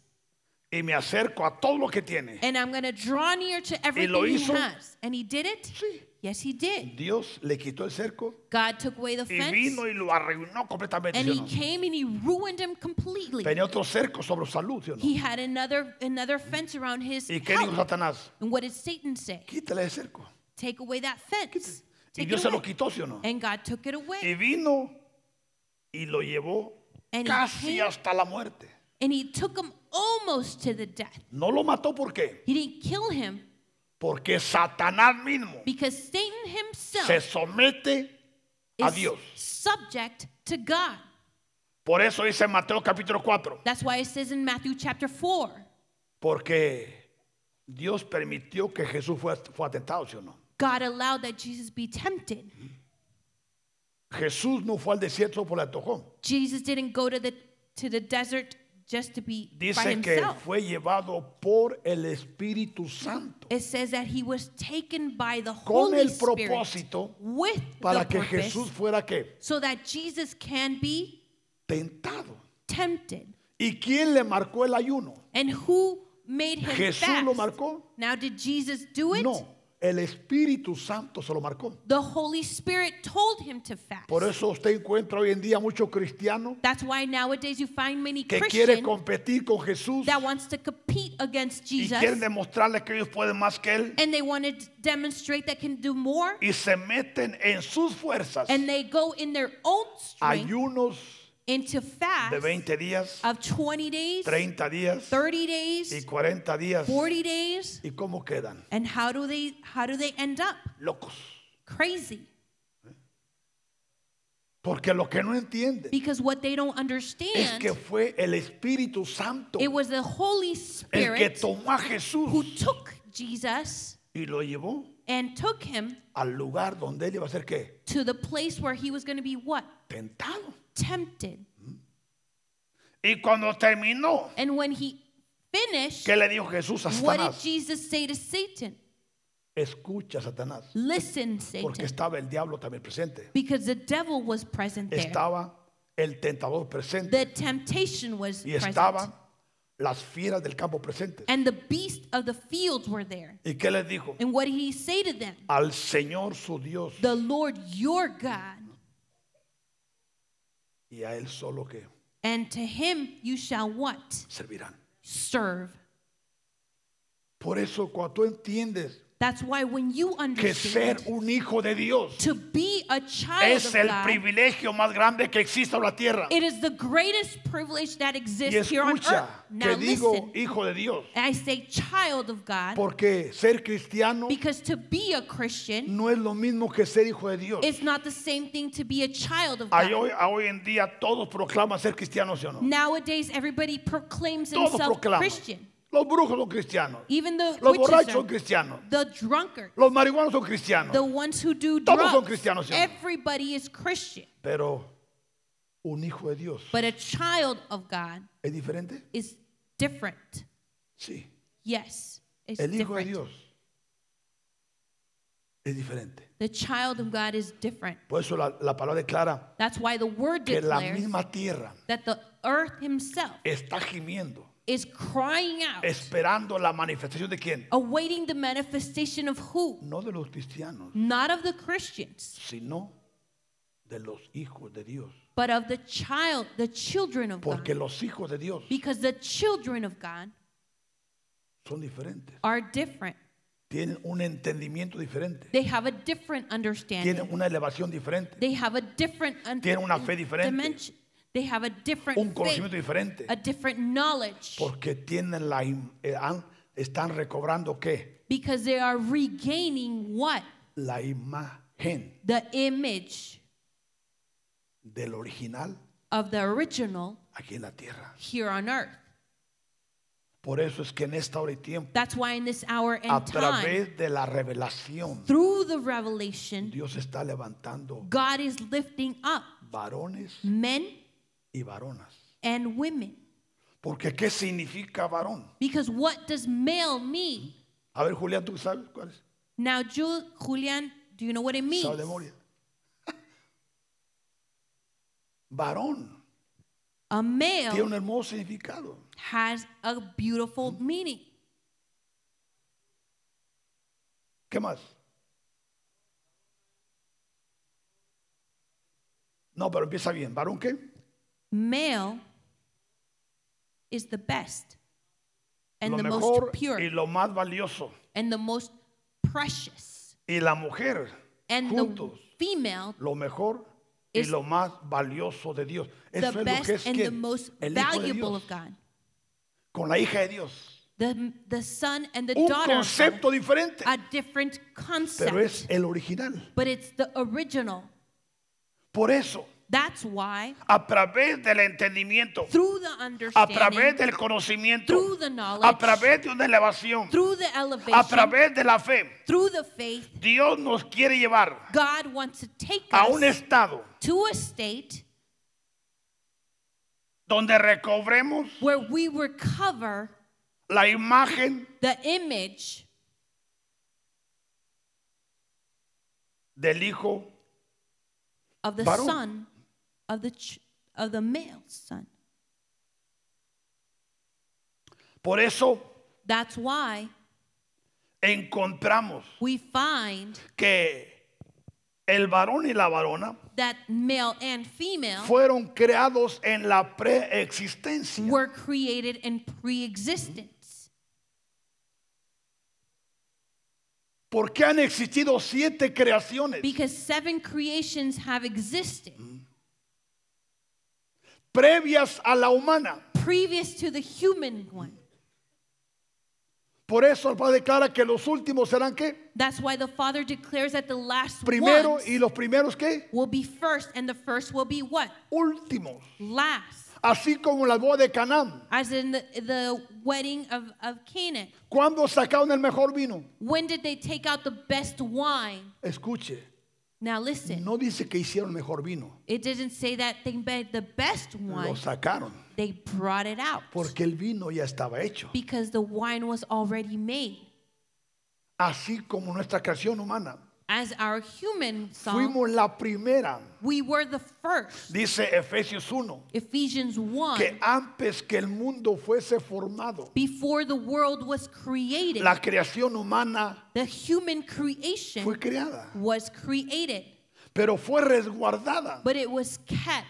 [SPEAKER 1] y me acerco a todo lo que tiene.
[SPEAKER 2] and I'm going to draw near to everything he
[SPEAKER 1] hizo?
[SPEAKER 2] has. And he did it?
[SPEAKER 1] Sí.
[SPEAKER 2] Yes, he did.
[SPEAKER 1] Dios le quitó el cerco
[SPEAKER 2] God took away the
[SPEAKER 1] y
[SPEAKER 2] fence,
[SPEAKER 1] vino y lo arruinó completamente.
[SPEAKER 2] and
[SPEAKER 1] ¿sí o
[SPEAKER 2] he
[SPEAKER 1] no?
[SPEAKER 2] came and he ruined him completely.
[SPEAKER 1] Tenía otro cerco sobre salud, ¿sí o no?
[SPEAKER 2] He had another another fence around his
[SPEAKER 1] ¿Y qué dijo
[SPEAKER 2] health.
[SPEAKER 1] Satanás?
[SPEAKER 2] And what did Satan say?
[SPEAKER 1] Quítale el cerco.
[SPEAKER 2] Take away that fence.
[SPEAKER 1] Y
[SPEAKER 2] Take
[SPEAKER 1] Dios
[SPEAKER 2] it
[SPEAKER 1] se lo
[SPEAKER 2] away.
[SPEAKER 1] quitó, ¿sí o no?
[SPEAKER 2] And God took it away.
[SPEAKER 1] Y vino y lo llevó
[SPEAKER 2] And he
[SPEAKER 1] casi
[SPEAKER 2] came-
[SPEAKER 1] hasta la muerte.
[SPEAKER 2] And he took him almost to the death.
[SPEAKER 1] No lo mató ¿por qué?
[SPEAKER 2] He didn't kill him
[SPEAKER 1] Porque Satanás mismo
[SPEAKER 2] because Satan himself
[SPEAKER 1] se somete a
[SPEAKER 2] is
[SPEAKER 1] Dios.
[SPEAKER 2] subject to God.
[SPEAKER 1] Por eso dice Mateo capítulo 4,
[SPEAKER 2] That's why it says in Matthew chapter 4,
[SPEAKER 1] porque Dios permitió que Jesús fue, fue atentado, ¿sí o no?
[SPEAKER 2] God allowed that Jesus be tempted.
[SPEAKER 1] Jesús no fue al desierto por la antojón.
[SPEAKER 2] Jesus didn't go to the to the desert just to be by
[SPEAKER 1] Dice que
[SPEAKER 2] himself.
[SPEAKER 1] fue llevado por el Espíritu Santo
[SPEAKER 2] It says that he was taken by the
[SPEAKER 1] con
[SPEAKER 2] Holy
[SPEAKER 1] el
[SPEAKER 2] Spirit
[SPEAKER 1] propósito
[SPEAKER 2] with
[SPEAKER 1] para
[SPEAKER 2] the
[SPEAKER 1] que
[SPEAKER 2] purpose
[SPEAKER 1] Jesús fuera que
[SPEAKER 2] so that Jesus can be
[SPEAKER 1] tentado.
[SPEAKER 2] tempted.
[SPEAKER 1] ¿Y quién le marcó el ayuno?
[SPEAKER 2] And who made him
[SPEAKER 1] ¿Jesús
[SPEAKER 2] fast?
[SPEAKER 1] lo marcó?
[SPEAKER 2] Now did Jesus do it?
[SPEAKER 1] No, el Espíritu Santo se lo marcó.
[SPEAKER 2] The Holy Spirit told him to fast.
[SPEAKER 1] Por eso usted encuentra hoy en día muchos cristianos
[SPEAKER 2] That's why nowadays you find many
[SPEAKER 1] que quieren
[SPEAKER 2] Christians
[SPEAKER 1] competir con Jesús
[SPEAKER 2] that wants to compete against
[SPEAKER 1] y
[SPEAKER 2] Jesus
[SPEAKER 1] quieren demostrarle que ellos pueden más que él
[SPEAKER 2] and they want to demonstrate that can do more
[SPEAKER 1] y se meten en sus fuerzas
[SPEAKER 2] and they go in their own strength
[SPEAKER 1] ayunos
[SPEAKER 2] into fast
[SPEAKER 1] de 20 días,
[SPEAKER 2] of 20 days,
[SPEAKER 1] 30 días
[SPEAKER 2] 30
[SPEAKER 1] y
[SPEAKER 2] days,
[SPEAKER 1] 40 días
[SPEAKER 2] 40 days,
[SPEAKER 1] y cómo quedan
[SPEAKER 2] and how do they how do they end up?
[SPEAKER 1] locos.
[SPEAKER 2] Crazy.
[SPEAKER 1] Porque lo que no entienden
[SPEAKER 2] Because what they don't
[SPEAKER 1] es
[SPEAKER 2] understand
[SPEAKER 1] que fue el Espíritu Santo
[SPEAKER 2] it was the Holy
[SPEAKER 1] el que
[SPEAKER 2] Spirit
[SPEAKER 1] tomó a
[SPEAKER 2] who
[SPEAKER 1] Jesús
[SPEAKER 2] took Jesus
[SPEAKER 1] y lo llevó
[SPEAKER 2] and took him
[SPEAKER 1] al lugar donde él iba a ser qué?
[SPEAKER 2] to the place where he was going to be what?
[SPEAKER 1] Tentado.
[SPEAKER 2] Tempted.
[SPEAKER 1] Y cuando terminó,
[SPEAKER 2] And when he finished,
[SPEAKER 1] ¿qué le dijo Jesús a
[SPEAKER 2] what did
[SPEAKER 1] Satanás?
[SPEAKER 2] Jesus say to Satan?
[SPEAKER 1] Escucha, Satanás,
[SPEAKER 2] Listen,
[SPEAKER 1] porque
[SPEAKER 2] Satan.
[SPEAKER 1] estaba el diablo también presente.
[SPEAKER 2] Because the devil was present there.
[SPEAKER 1] Estaba el tentador presente
[SPEAKER 2] The temptation was
[SPEAKER 1] y
[SPEAKER 2] present.
[SPEAKER 1] estaban las fieras del campo presentes.
[SPEAKER 2] And the beast of the fields were there.
[SPEAKER 1] ¿Y qué les dijo?
[SPEAKER 2] And what did he say to them?
[SPEAKER 1] Al Señor su Dios
[SPEAKER 2] The Lord your God,
[SPEAKER 1] y a él solo que
[SPEAKER 2] and to him you shall what?
[SPEAKER 1] servirán.
[SPEAKER 2] Serve.
[SPEAKER 1] Por eso cuando tú entiendes
[SPEAKER 2] That's why when you
[SPEAKER 1] que ser
[SPEAKER 2] understand
[SPEAKER 1] un hijo de Dios
[SPEAKER 2] to be a child
[SPEAKER 1] es
[SPEAKER 2] of
[SPEAKER 1] el
[SPEAKER 2] God,
[SPEAKER 1] privilegio más grande que existe en la tierra.
[SPEAKER 2] it is the greatest privilege that
[SPEAKER 1] Y
[SPEAKER 2] exists here on earth.
[SPEAKER 1] escucha que
[SPEAKER 2] Now
[SPEAKER 1] digo
[SPEAKER 2] listen,
[SPEAKER 1] hijo de Dios,
[SPEAKER 2] I say child of God
[SPEAKER 1] porque ser cristiano
[SPEAKER 2] because to be a Christian
[SPEAKER 1] no es lo mismo que ser hijo de Dios.
[SPEAKER 2] is not the same thing to be a child of
[SPEAKER 1] Ay,
[SPEAKER 2] God.
[SPEAKER 1] hoy, a hoy en día todos proclaman ser cristianos, ¿sí o no?
[SPEAKER 2] Nowadays, everybody proclaims
[SPEAKER 1] Todos
[SPEAKER 2] himself
[SPEAKER 1] proclaman.
[SPEAKER 2] Christian.
[SPEAKER 1] Los brujos son cristianos.
[SPEAKER 2] Even the
[SPEAKER 1] Los
[SPEAKER 2] witches
[SPEAKER 1] borrachos
[SPEAKER 2] are-
[SPEAKER 1] son cristianos.
[SPEAKER 2] the drunkard,
[SPEAKER 1] Los marihuanos son cristianos.
[SPEAKER 2] the ones who do
[SPEAKER 1] Todos son
[SPEAKER 2] drugs.
[SPEAKER 1] cristianos, ¿sí o no?
[SPEAKER 2] Everybody is Christian,
[SPEAKER 1] Pero un hijo de Dios
[SPEAKER 2] but a child of God
[SPEAKER 1] es diferente.
[SPEAKER 2] is different.
[SPEAKER 1] Sí.
[SPEAKER 2] Yes, it's
[SPEAKER 1] El hijo de
[SPEAKER 2] different.
[SPEAKER 1] Dios es diferente.
[SPEAKER 2] The child of God is different.
[SPEAKER 1] Por eso la, la palabra declara
[SPEAKER 2] That's why the word
[SPEAKER 1] que la
[SPEAKER 2] declares
[SPEAKER 1] misma tierra
[SPEAKER 2] that the earth himself
[SPEAKER 1] está gimiendo,
[SPEAKER 2] is crying out,
[SPEAKER 1] esperando la manifestación de quién?
[SPEAKER 2] awaiting the manifestation of who?
[SPEAKER 1] No de los cristianos,
[SPEAKER 2] Not of the Christians,
[SPEAKER 1] sino de los hijos de Dios.
[SPEAKER 2] but of the child, the children of
[SPEAKER 1] Porque
[SPEAKER 2] God.
[SPEAKER 1] los hijos de Dios
[SPEAKER 2] Because the children of God
[SPEAKER 1] son diferentes.
[SPEAKER 2] are different.
[SPEAKER 1] Tienen un entendimiento diferente.
[SPEAKER 2] They have a different
[SPEAKER 1] Tienen
[SPEAKER 2] understanding.
[SPEAKER 1] una elevación diferente.
[SPEAKER 2] They have a different un-
[SPEAKER 1] Tienen una fe diferente.
[SPEAKER 2] dimension. They have a
[SPEAKER 1] Un
[SPEAKER 2] different
[SPEAKER 1] conocimiento
[SPEAKER 2] faith,
[SPEAKER 1] diferente.
[SPEAKER 2] a different knowledge.
[SPEAKER 1] Porque tienen la im- eh, han- están recobrando qué?
[SPEAKER 2] Because they are regaining what?
[SPEAKER 1] La imagen
[SPEAKER 2] The image
[SPEAKER 1] del original
[SPEAKER 2] of the original
[SPEAKER 1] aquí en la tierra.
[SPEAKER 2] here on earth.
[SPEAKER 1] Por eso es que en esta hora y tiempo,
[SPEAKER 2] That's why in this hour
[SPEAKER 1] a
[SPEAKER 2] and time,
[SPEAKER 1] través de la revelación,
[SPEAKER 2] through the revelation,
[SPEAKER 1] Dios está levantando
[SPEAKER 2] God is lifting up
[SPEAKER 1] varones
[SPEAKER 2] men
[SPEAKER 1] y varonas.
[SPEAKER 2] and women.
[SPEAKER 1] Porque ¿qué significa varón?
[SPEAKER 2] Because what does male mean?
[SPEAKER 1] A ver, Julián, ¿tú sabes cuál es?
[SPEAKER 2] Now, Ju- Julian, do you know what it
[SPEAKER 1] Sabe de
[SPEAKER 2] means?
[SPEAKER 1] memoria. Varón
[SPEAKER 2] A
[SPEAKER 1] tiene un Mm-hmm.
[SPEAKER 2] male
[SPEAKER 1] hermoso significado.
[SPEAKER 2] has a beautiful meaning.
[SPEAKER 1] ¿Qué más? No, pero empieza bien. ¿Varón qué?
[SPEAKER 2] Male is the best and
[SPEAKER 1] lo
[SPEAKER 2] the
[SPEAKER 1] mejor
[SPEAKER 2] most pure
[SPEAKER 1] y lo más valioso.
[SPEAKER 2] and the most precious.
[SPEAKER 1] Y la mujer
[SPEAKER 2] And the
[SPEAKER 1] juntos,
[SPEAKER 2] female,
[SPEAKER 1] lo mejor y
[SPEAKER 2] is
[SPEAKER 1] lo más valioso de Dios.
[SPEAKER 2] the
[SPEAKER 1] Eso es lo
[SPEAKER 2] best
[SPEAKER 1] que es
[SPEAKER 2] and
[SPEAKER 1] que
[SPEAKER 2] the most
[SPEAKER 1] el hijo de
[SPEAKER 2] valuable
[SPEAKER 1] Dios
[SPEAKER 2] of God.
[SPEAKER 1] con la hija de Dios.
[SPEAKER 2] The, the son and the
[SPEAKER 1] Un
[SPEAKER 2] daughter of God,
[SPEAKER 1] concepto diferente,
[SPEAKER 2] a different
[SPEAKER 1] pero es
[SPEAKER 2] concept,
[SPEAKER 1] el original.
[SPEAKER 2] but it's the original.
[SPEAKER 1] Por eso
[SPEAKER 2] That's why,
[SPEAKER 1] a través del entendimiento,
[SPEAKER 2] through the
[SPEAKER 1] a través
[SPEAKER 2] understanding,
[SPEAKER 1] del conocimiento,
[SPEAKER 2] through the knowledge,
[SPEAKER 1] a través de una elevación,
[SPEAKER 2] through the
[SPEAKER 1] a
[SPEAKER 2] elevation,
[SPEAKER 1] través de la fe,
[SPEAKER 2] through the faith,
[SPEAKER 1] Dios nos quiere llevar
[SPEAKER 2] God wants to take
[SPEAKER 1] a un
[SPEAKER 2] us
[SPEAKER 1] estado
[SPEAKER 2] to a state
[SPEAKER 1] donde recobremos
[SPEAKER 2] where we recover
[SPEAKER 1] la imagen
[SPEAKER 2] the image
[SPEAKER 1] del Hijo
[SPEAKER 2] of the
[SPEAKER 1] Varón.
[SPEAKER 2] son of the ch- of the male son.
[SPEAKER 1] Por eso
[SPEAKER 2] That's why
[SPEAKER 1] encontramos
[SPEAKER 2] we find
[SPEAKER 1] que el varón y la varona
[SPEAKER 2] that male and female
[SPEAKER 1] fueron creados en la preexistencia.
[SPEAKER 2] were created in pre-existence
[SPEAKER 1] Porque han existido siete creaciones
[SPEAKER 2] because seven creations have existed
[SPEAKER 1] previas a la humana.
[SPEAKER 2] previous to the human one.
[SPEAKER 1] Por eso el Padre declara que los últimos serán qué?
[SPEAKER 2] That's why the Father declares that the last
[SPEAKER 1] Primero
[SPEAKER 2] ones
[SPEAKER 1] y los primeros qué?
[SPEAKER 2] will be first, and the first will be what?
[SPEAKER 1] Últimos.
[SPEAKER 2] Last.
[SPEAKER 1] Así como la boda de Canaán.
[SPEAKER 2] As in the, the wedding of, of Canaan.
[SPEAKER 1] ¿Cuándo sacaron el mejor vino?
[SPEAKER 2] When did they take out the best wine?
[SPEAKER 1] Escuche,
[SPEAKER 2] Now listen,
[SPEAKER 1] no dice que hicieron mejor vino.
[SPEAKER 2] it didn't say that they made the best
[SPEAKER 1] Lo
[SPEAKER 2] wine.
[SPEAKER 1] sacaron.
[SPEAKER 2] They brought it out
[SPEAKER 1] Porque el vino ya estaba hecho.
[SPEAKER 2] because the wine was already made.
[SPEAKER 1] Así como nuestra creación humana.
[SPEAKER 2] As our human song,
[SPEAKER 1] Fuimos la primera.
[SPEAKER 2] we were the first.
[SPEAKER 1] Dice Efesios 1.
[SPEAKER 2] Ephesians 1,
[SPEAKER 1] Que antes que el mundo fuese formado,
[SPEAKER 2] before the world was created,
[SPEAKER 1] la creación humana
[SPEAKER 2] the human creation
[SPEAKER 1] fue creada.
[SPEAKER 2] was created,
[SPEAKER 1] Pero fue resguardada.
[SPEAKER 2] but it was kept.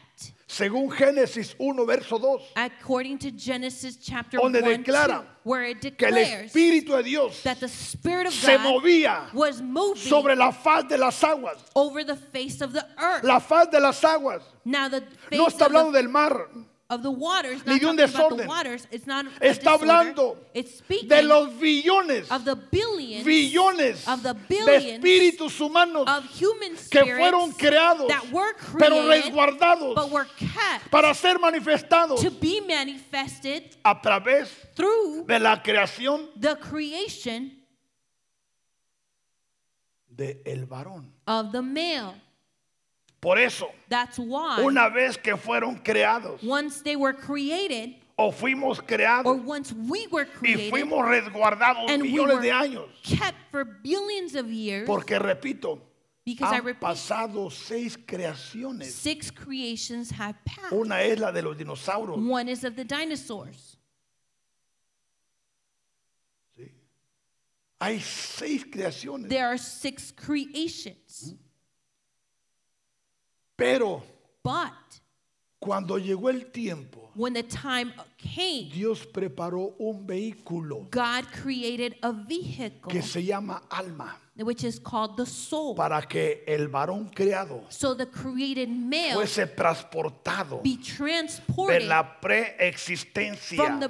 [SPEAKER 1] Según Génesis 1, verso 2.
[SPEAKER 2] According to Genesis chapter
[SPEAKER 1] Donde
[SPEAKER 2] 1,
[SPEAKER 1] declara
[SPEAKER 2] 2, where it
[SPEAKER 1] Que el
[SPEAKER 2] declares
[SPEAKER 1] Espíritu de Dios
[SPEAKER 2] that the Spirit of
[SPEAKER 1] se
[SPEAKER 2] God
[SPEAKER 1] movía
[SPEAKER 2] was moving
[SPEAKER 1] sobre la faz de las aguas.
[SPEAKER 2] over the face of the earth.
[SPEAKER 1] La faz de las aguas.
[SPEAKER 2] now the face
[SPEAKER 1] No está
[SPEAKER 2] of, the,
[SPEAKER 1] hablando del mar.
[SPEAKER 2] of the waters,
[SPEAKER 1] ni
[SPEAKER 2] not
[SPEAKER 1] de un
[SPEAKER 2] talking about the
[SPEAKER 1] desorden.
[SPEAKER 2] waters, it's not a
[SPEAKER 1] Está
[SPEAKER 2] disorder.
[SPEAKER 1] hablando
[SPEAKER 2] it's speaking
[SPEAKER 1] De los billones,
[SPEAKER 2] of the billions,
[SPEAKER 1] billones
[SPEAKER 2] of the
[SPEAKER 1] de
[SPEAKER 2] billions
[SPEAKER 1] espíritus humanos
[SPEAKER 2] of human
[SPEAKER 1] que
[SPEAKER 2] spirits
[SPEAKER 1] fueron creados,
[SPEAKER 2] that were
[SPEAKER 1] pero
[SPEAKER 2] created, but
[SPEAKER 1] resguardados
[SPEAKER 2] were kept
[SPEAKER 1] para ser manifestados
[SPEAKER 2] to be manifested
[SPEAKER 1] a través
[SPEAKER 2] through
[SPEAKER 1] de la creación
[SPEAKER 2] the creation
[SPEAKER 1] del varón.
[SPEAKER 2] of the male.
[SPEAKER 1] Por eso,
[SPEAKER 2] That's why
[SPEAKER 1] una vez que fueron creados
[SPEAKER 2] once they were created,
[SPEAKER 1] o fuimos
[SPEAKER 2] or
[SPEAKER 1] creados
[SPEAKER 2] once we were
[SPEAKER 1] y
[SPEAKER 2] created,
[SPEAKER 1] fuimos resguardados
[SPEAKER 2] and we
[SPEAKER 1] millones
[SPEAKER 2] were-
[SPEAKER 1] de años,
[SPEAKER 2] kept for billions of years,
[SPEAKER 1] porque repito,
[SPEAKER 2] because I
[SPEAKER 1] han
[SPEAKER 2] repeat,
[SPEAKER 1] pasado seis creaciones.
[SPEAKER 2] six creations have passed.
[SPEAKER 1] Una es la de los dinosaurios.
[SPEAKER 2] One is of the dinosaurs.
[SPEAKER 1] Hay seis creaciones.
[SPEAKER 2] There are six creations.
[SPEAKER 1] Pero
[SPEAKER 2] But
[SPEAKER 1] cuando llegó el tiempo,
[SPEAKER 2] when the time came,
[SPEAKER 1] Dios preparó un vehículo
[SPEAKER 2] God created a vehicle,
[SPEAKER 1] que se llama alma
[SPEAKER 2] which is called the soul.
[SPEAKER 1] para que el varón creado
[SPEAKER 2] So the created male
[SPEAKER 1] fuese transportado
[SPEAKER 2] be
[SPEAKER 1] de
[SPEAKER 2] transported
[SPEAKER 1] la
[SPEAKER 2] from the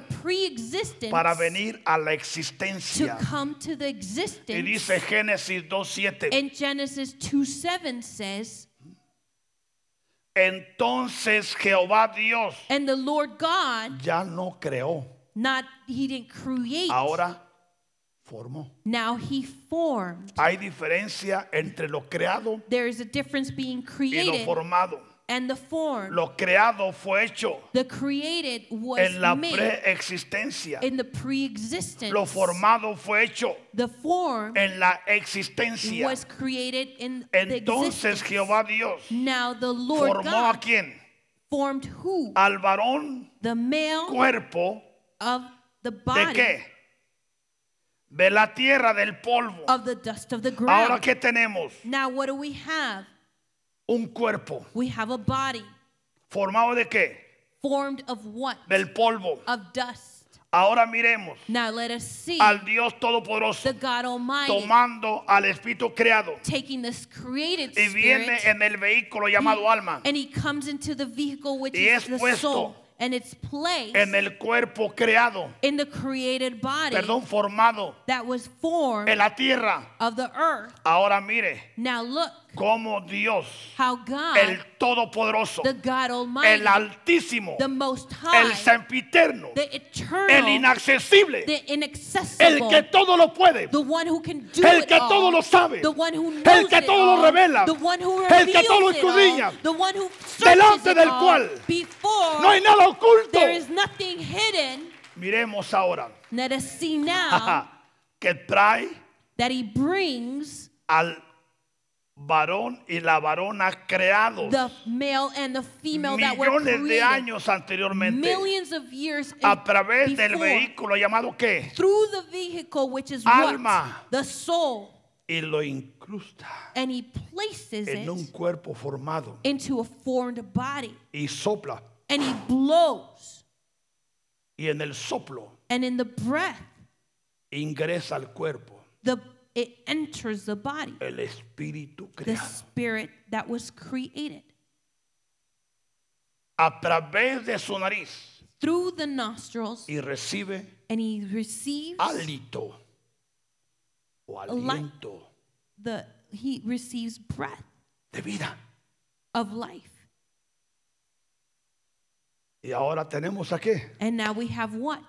[SPEAKER 1] preexistencia
[SPEAKER 2] pre existence
[SPEAKER 1] para venir a la
[SPEAKER 2] to
[SPEAKER 1] existencia.
[SPEAKER 2] come to the
[SPEAKER 1] Y
[SPEAKER 2] existence.
[SPEAKER 1] dice Génesis 2.7,
[SPEAKER 2] And Genesis 2 7 says,
[SPEAKER 1] entonces Jehová Dios
[SPEAKER 2] And the Lord God,
[SPEAKER 1] ya no creó,
[SPEAKER 2] not He didn't create,
[SPEAKER 1] ahora formó.
[SPEAKER 2] now He formed.
[SPEAKER 1] Hay diferencia entre lo creado
[SPEAKER 2] There is a difference being
[SPEAKER 1] y lo
[SPEAKER 2] created
[SPEAKER 1] formado.
[SPEAKER 2] and the form.
[SPEAKER 1] Lo creado fue hecho
[SPEAKER 2] The created was
[SPEAKER 1] en la
[SPEAKER 2] made
[SPEAKER 1] preexistencia.
[SPEAKER 2] in the pre-existence.
[SPEAKER 1] Lo formado fue hecho
[SPEAKER 2] the form
[SPEAKER 1] en la existencia.
[SPEAKER 2] was created in the
[SPEAKER 1] Entonces
[SPEAKER 2] existence.
[SPEAKER 1] Jehová Dios
[SPEAKER 2] now the Lord
[SPEAKER 1] formó
[SPEAKER 2] God
[SPEAKER 1] a quién?
[SPEAKER 2] formed who?
[SPEAKER 1] Al varón
[SPEAKER 2] the male
[SPEAKER 1] cuerpo
[SPEAKER 2] of the
[SPEAKER 1] de
[SPEAKER 2] body
[SPEAKER 1] qué? De la tierra, del polvo.
[SPEAKER 2] of the dust of the ground.
[SPEAKER 1] Ahora que tenemos
[SPEAKER 2] now what do we have?
[SPEAKER 1] un cuerpo
[SPEAKER 2] We have a body
[SPEAKER 1] formado de qué?
[SPEAKER 2] formed of what?
[SPEAKER 1] Del polvo.
[SPEAKER 2] of dust.
[SPEAKER 1] Ahora miremos
[SPEAKER 2] Now let us see
[SPEAKER 1] al Dios Todopoderoso
[SPEAKER 2] the God Almighty
[SPEAKER 1] tomando al Espíritu creado
[SPEAKER 2] taking this created
[SPEAKER 1] y viene
[SPEAKER 2] spirit
[SPEAKER 1] en el vehículo llamado alma.
[SPEAKER 2] And he comes into the vehicle which
[SPEAKER 1] Y
[SPEAKER 2] is
[SPEAKER 1] es
[SPEAKER 2] the
[SPEAKER 1] puesto
[SPEAKER 2] soul and it's placed
[SPEAKER 1] en el cuerpo creado,
[SPEAKER 2] in the created body
[SPEAKER 1] perdón, formado
[SPEAKER 2] that was formed
[SPEAKER 1] en la tierra.
[SPEAKER 2] of the earth.
[SPEAKER 1] Ahora mire,
[SPEAKER 2] Now look,
[SPEAKER 1] cómo Dios,
[SPEAKER 2] how God,
[SPEAKER 1] el Todopoderoso,
[SPEAKER 2] the God Almighty,
[SPEAKER 1] el Altísimo,
[SPEAKER 2] the Most
[SPEAKER 1] el
[SPEAKER 2] High,
[SPEAKER 1] Sempiterno,
[SPEAKER 2] the
[SPEAKER 1] el
[SPEAKER 2] Eternal,
[SPEAKER 1] Inaccesible,
[SPEAKER 2] the
[SPEAKER 1] el
[SPEAKER 2] Inaccessible,
[SPEAKER 1] que todo lo puede,
[SPEAKER 2] the one who can do
[SPEAKER 1] el
[SPEAKER 2] it
[SPEAKER 1] que
[SPEAKER 2] all,
[SPEAKER 1] todo lo sabe,
[SPEAKER 2] the one who knows
[SPEAKER 1] el que
[SPEAKER 2] it
[SPEAKER 1] todo lo
[SPEAKER 2] all,
[SPEAKER 1] revela,
[SPEAKER 2] the one who
[SPEAKER 1] el que todo lo
[SPEAKER 2] reveals it all,
[SPEAKER 1] escudriña,
[SPEAKER 2] the one who
[SPEAKER 1] delante
[SPEAKER 2] searches it
[SPEAKER 1] del
[SPEAKER 2] all,
[SPEAKER 1] cual
[SPEAKER 2] before
[SPEAKER 1] no hay nada oculto.
[SPEAKER 2] there is nothing hidden.
[SPEAKER 1] Miremos ahora
[SPEAKER 2] Let us see now
[SPEAKER 1] ajá, que trae
[SPEAKER 2] that he brings
[SPEAKER 1] al varón y la varona creados
[SPEAKER 2] the male and the female that were
[SPEAKER 1] millones de
[SPEAKER 2] created
[SPEAKER 1] años anteriormente
[SPEAKER 2] millions of years in-
[SPEAKER 1] a través del
[SPEAKER 2] before,
[SPEAKER 1] vehículo llamado qué
[SPEAKER 2] through the vehicle which is
[SPEAKER 1] Alma.
[SPEAKER 2] what? The soul.
[SPEAKER 1] y lo incrusta
[SPEAKER 2] And he places
[SPEAKER 1] en un
[SPEAKER 2] it
[SPEAKER 1] cuerpo formado
[SPEAKER 2] into a formed body.
[SPEAKER 1] y sopla
[SPEAKER 2] And he blows.
[SPEAKER 1] y en el soplo
[SPEAKER 2] And in the breath,
[SPEAKER 1] ingresa al cuerpo
[SPEAKER 2] the it enters the body.
[SPEAKER 1] el espíritu
[SPEAKER 2] The
[SPEAKER 1] creado
[SPEAKER 2] spirit that was created.
[SPEAKER 1] a través de su nariz
[SPEAKER 2] Through the nostrils.
[SPEAKER 1] y recibe
[SPEAKER 2] And he receives
[SPEAKER 1] hálito o
[SPEAKER 2] li-
[SPEAKER 1] aliento
[SPEAKER 2] the he receives breath
[SPEAKER 1] de vida
[SPEAKER 2] of life.
[SPEAKER 1] y ahora tenemos a qué
[SPEAKER 2] And now we have what?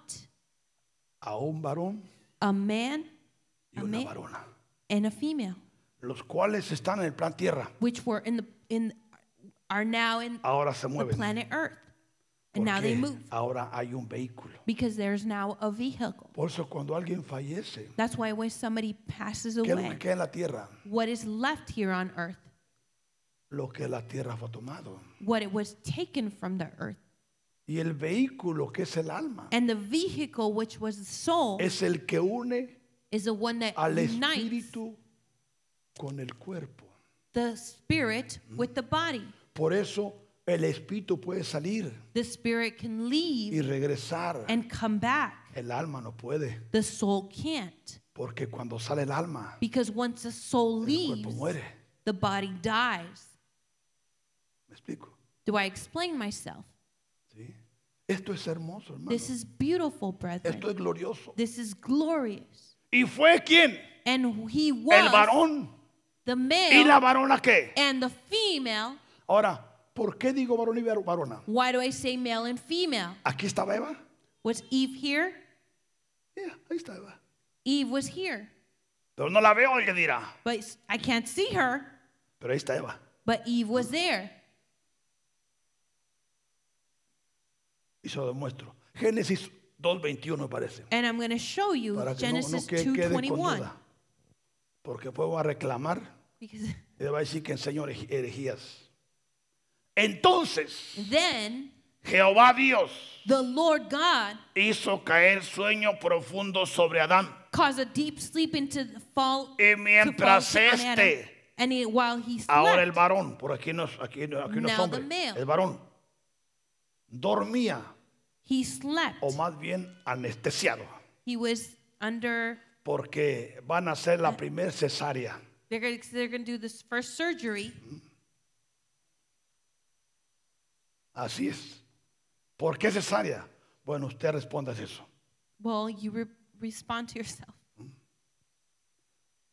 [SPEAKER 1] a un varón
[SPEAKER 2] a man,
[SPEAKER 1] y
[SPEAKER 2] a
[SPEAKER 1] una
[SPEAKER 2] male,
[SPEAKER 1] varona
[SPEAKER 2] and a female,
[SPEAKER 1] los cuales están en el plan tierra
[SPEAKER 2] which were in the in are now in
[SPEAKER 1] ahora se
[SPEAKER 2] the
[SPEAKER 1] mueven
[SPEAKER 2] planet Earth, and now they
[SPEAKER 1] porque
[SPEAKER 2] move
[SPEAKER 1] ahora hay un vehículo
[SPEAKER 2] because there's now a vehicle.
[SPEAKER 1] por eso cuando alguien fallece
[SPEAKER 2] That's why when somebody passes
[SPEAKER 1] ¿qué es lo que
[SPEAKER 2] away,
[SPEAKER 1] queda en la tierra?
[SPEAKER 2] what is left here on Earth,
[SPEAKER 1] lo que la tierra fue tomado
[SPEAKER 2] what it was taken from the Earth,
[SPEAKER 1] y el vehículo que es el alma
[SPEAKER 2] and the vehicle, which was the soul,
[SPEAKER 1] es el que une
[SPEAKER 2] is the one that
[SPEAKER 1] al
[SPEAKER 2] unites
[SPEAKER 1] espíritu con el cuerpo
[SPEAKER 2] the spirit
[SPEAKER 1] Mm-hmm.
[SPEAKER 2] with the body.
[SPEAKER 1] por eso el espíritu puede salir
[SPEAKER 2] The spirit can
[SPEAKER 1] y
[SPEAKER 2] leave
[SPEAKER 1] regresar
[SPEAKER 2] and come back.
[SPEAKER 1] el alma no puede
[SPEAKER 2] The soul can't.
[SPEAKER 1] porque cuando sale el alma
[SPEAKER 2] Because once the soul
[SPEAKER 1] el cuerpo
[SPEAKER 2] leaves,
[SPEAKER 1] muere
[SPEAKER 2] the body dies.
[SPEAKER 1] ¿me explico?
[SPEAKER 2] Do I explain myself?
[SPEAKER 1] ¿Sí? esto es hermoso hermano
[SPEAKER 2] This is beautiful, brethren.
[SPEAKER 1] esto es glorioso
[SPEAKER 2] This is glorious.
[SPEAKER 1] y fue quién
[SPEAKER 2] And he
[SPEAKER 1] el
[SPEAKER 2] was
[SPEAKER 1] varón
[SPEAKER 2] the
[SPEAKER 1] y la
[SPEAKER 2] male
[SPEAKER 1] varona qué
[SPEAKER 2] and the female.
[SPEAKER 1] ahora ¿por qué digo varón y var- varona?
[SPEAKER 2] Why do I say male and female?
[SPEAKER 1] aquí estaba Eva
[SPEAKER 2] Was Eve here?
[SPEAKER 1] Yeah, ahí está Eva
[SPEAKER 2] Eve was here.
[SPEAKER 1] pero no la veo alguien dirá
[SPEAKER 2] But s- I can't see her,
[SPEAKER 1] pero ahí está Eva
[SPEAKER 2] but Eve was there.
[SPEAKER 1] y se lo demuestro Génesis 2.21 me parece
[SPEAKER 2] And I'm going to show you
[SPEAKER 1] para que no- no,
[SPEAKER 2] Genesis
[SPEAKER 1] que- quede con
[SPEAKER 2] 2:21
[SPEAKER 1] duda porque después va a reclamar
[SPEAKER 2] because
[SPEAKER 1] y le va a decir que enseñó herej- herejías entonces
[SPEAKER 2] then
[SPEAKER 1] Jehová Dios
[SPEAKER 2] the Lord God
[SPEAKER 1] hizo caer sueño profundo sobre Adán
[SPEAKER 2] cause a deep sleep into the fall.
[SPEAKER 1] Y
[SPEAKER 2] to
[SPEAKER 1] mientras
[SPEAKER 2] fall upon Adam.
[SPEAKER 1] este-
[SPEAKER 2] and he- while he slept,
[SPEAKER 1] ahora el varón por aquí no es, aquí, no- aquí no es
[SPEAKER 2] Now
[SPEAKER 1] hombre
[SPEAKER 2] the male.
[SPEAKER 1] el varón dormía
[SPEAKER 2] he slept.
[SPEAKER 1] o más bien anestesiado
[SPEAKER 2] He was under.
[SPEAKER 1] porque van a hacer
[SPEAKER 2] Ah.
[SPEAKER 1] la primer cesárea
[SPEAKER 2] They're gonna, they're gonna do this first surgery.
[SPEAKER 1] así es ¿por qué cesárea? bueno usted responda a eso
[SPEAKER 2] Well, you re- respond to yourself.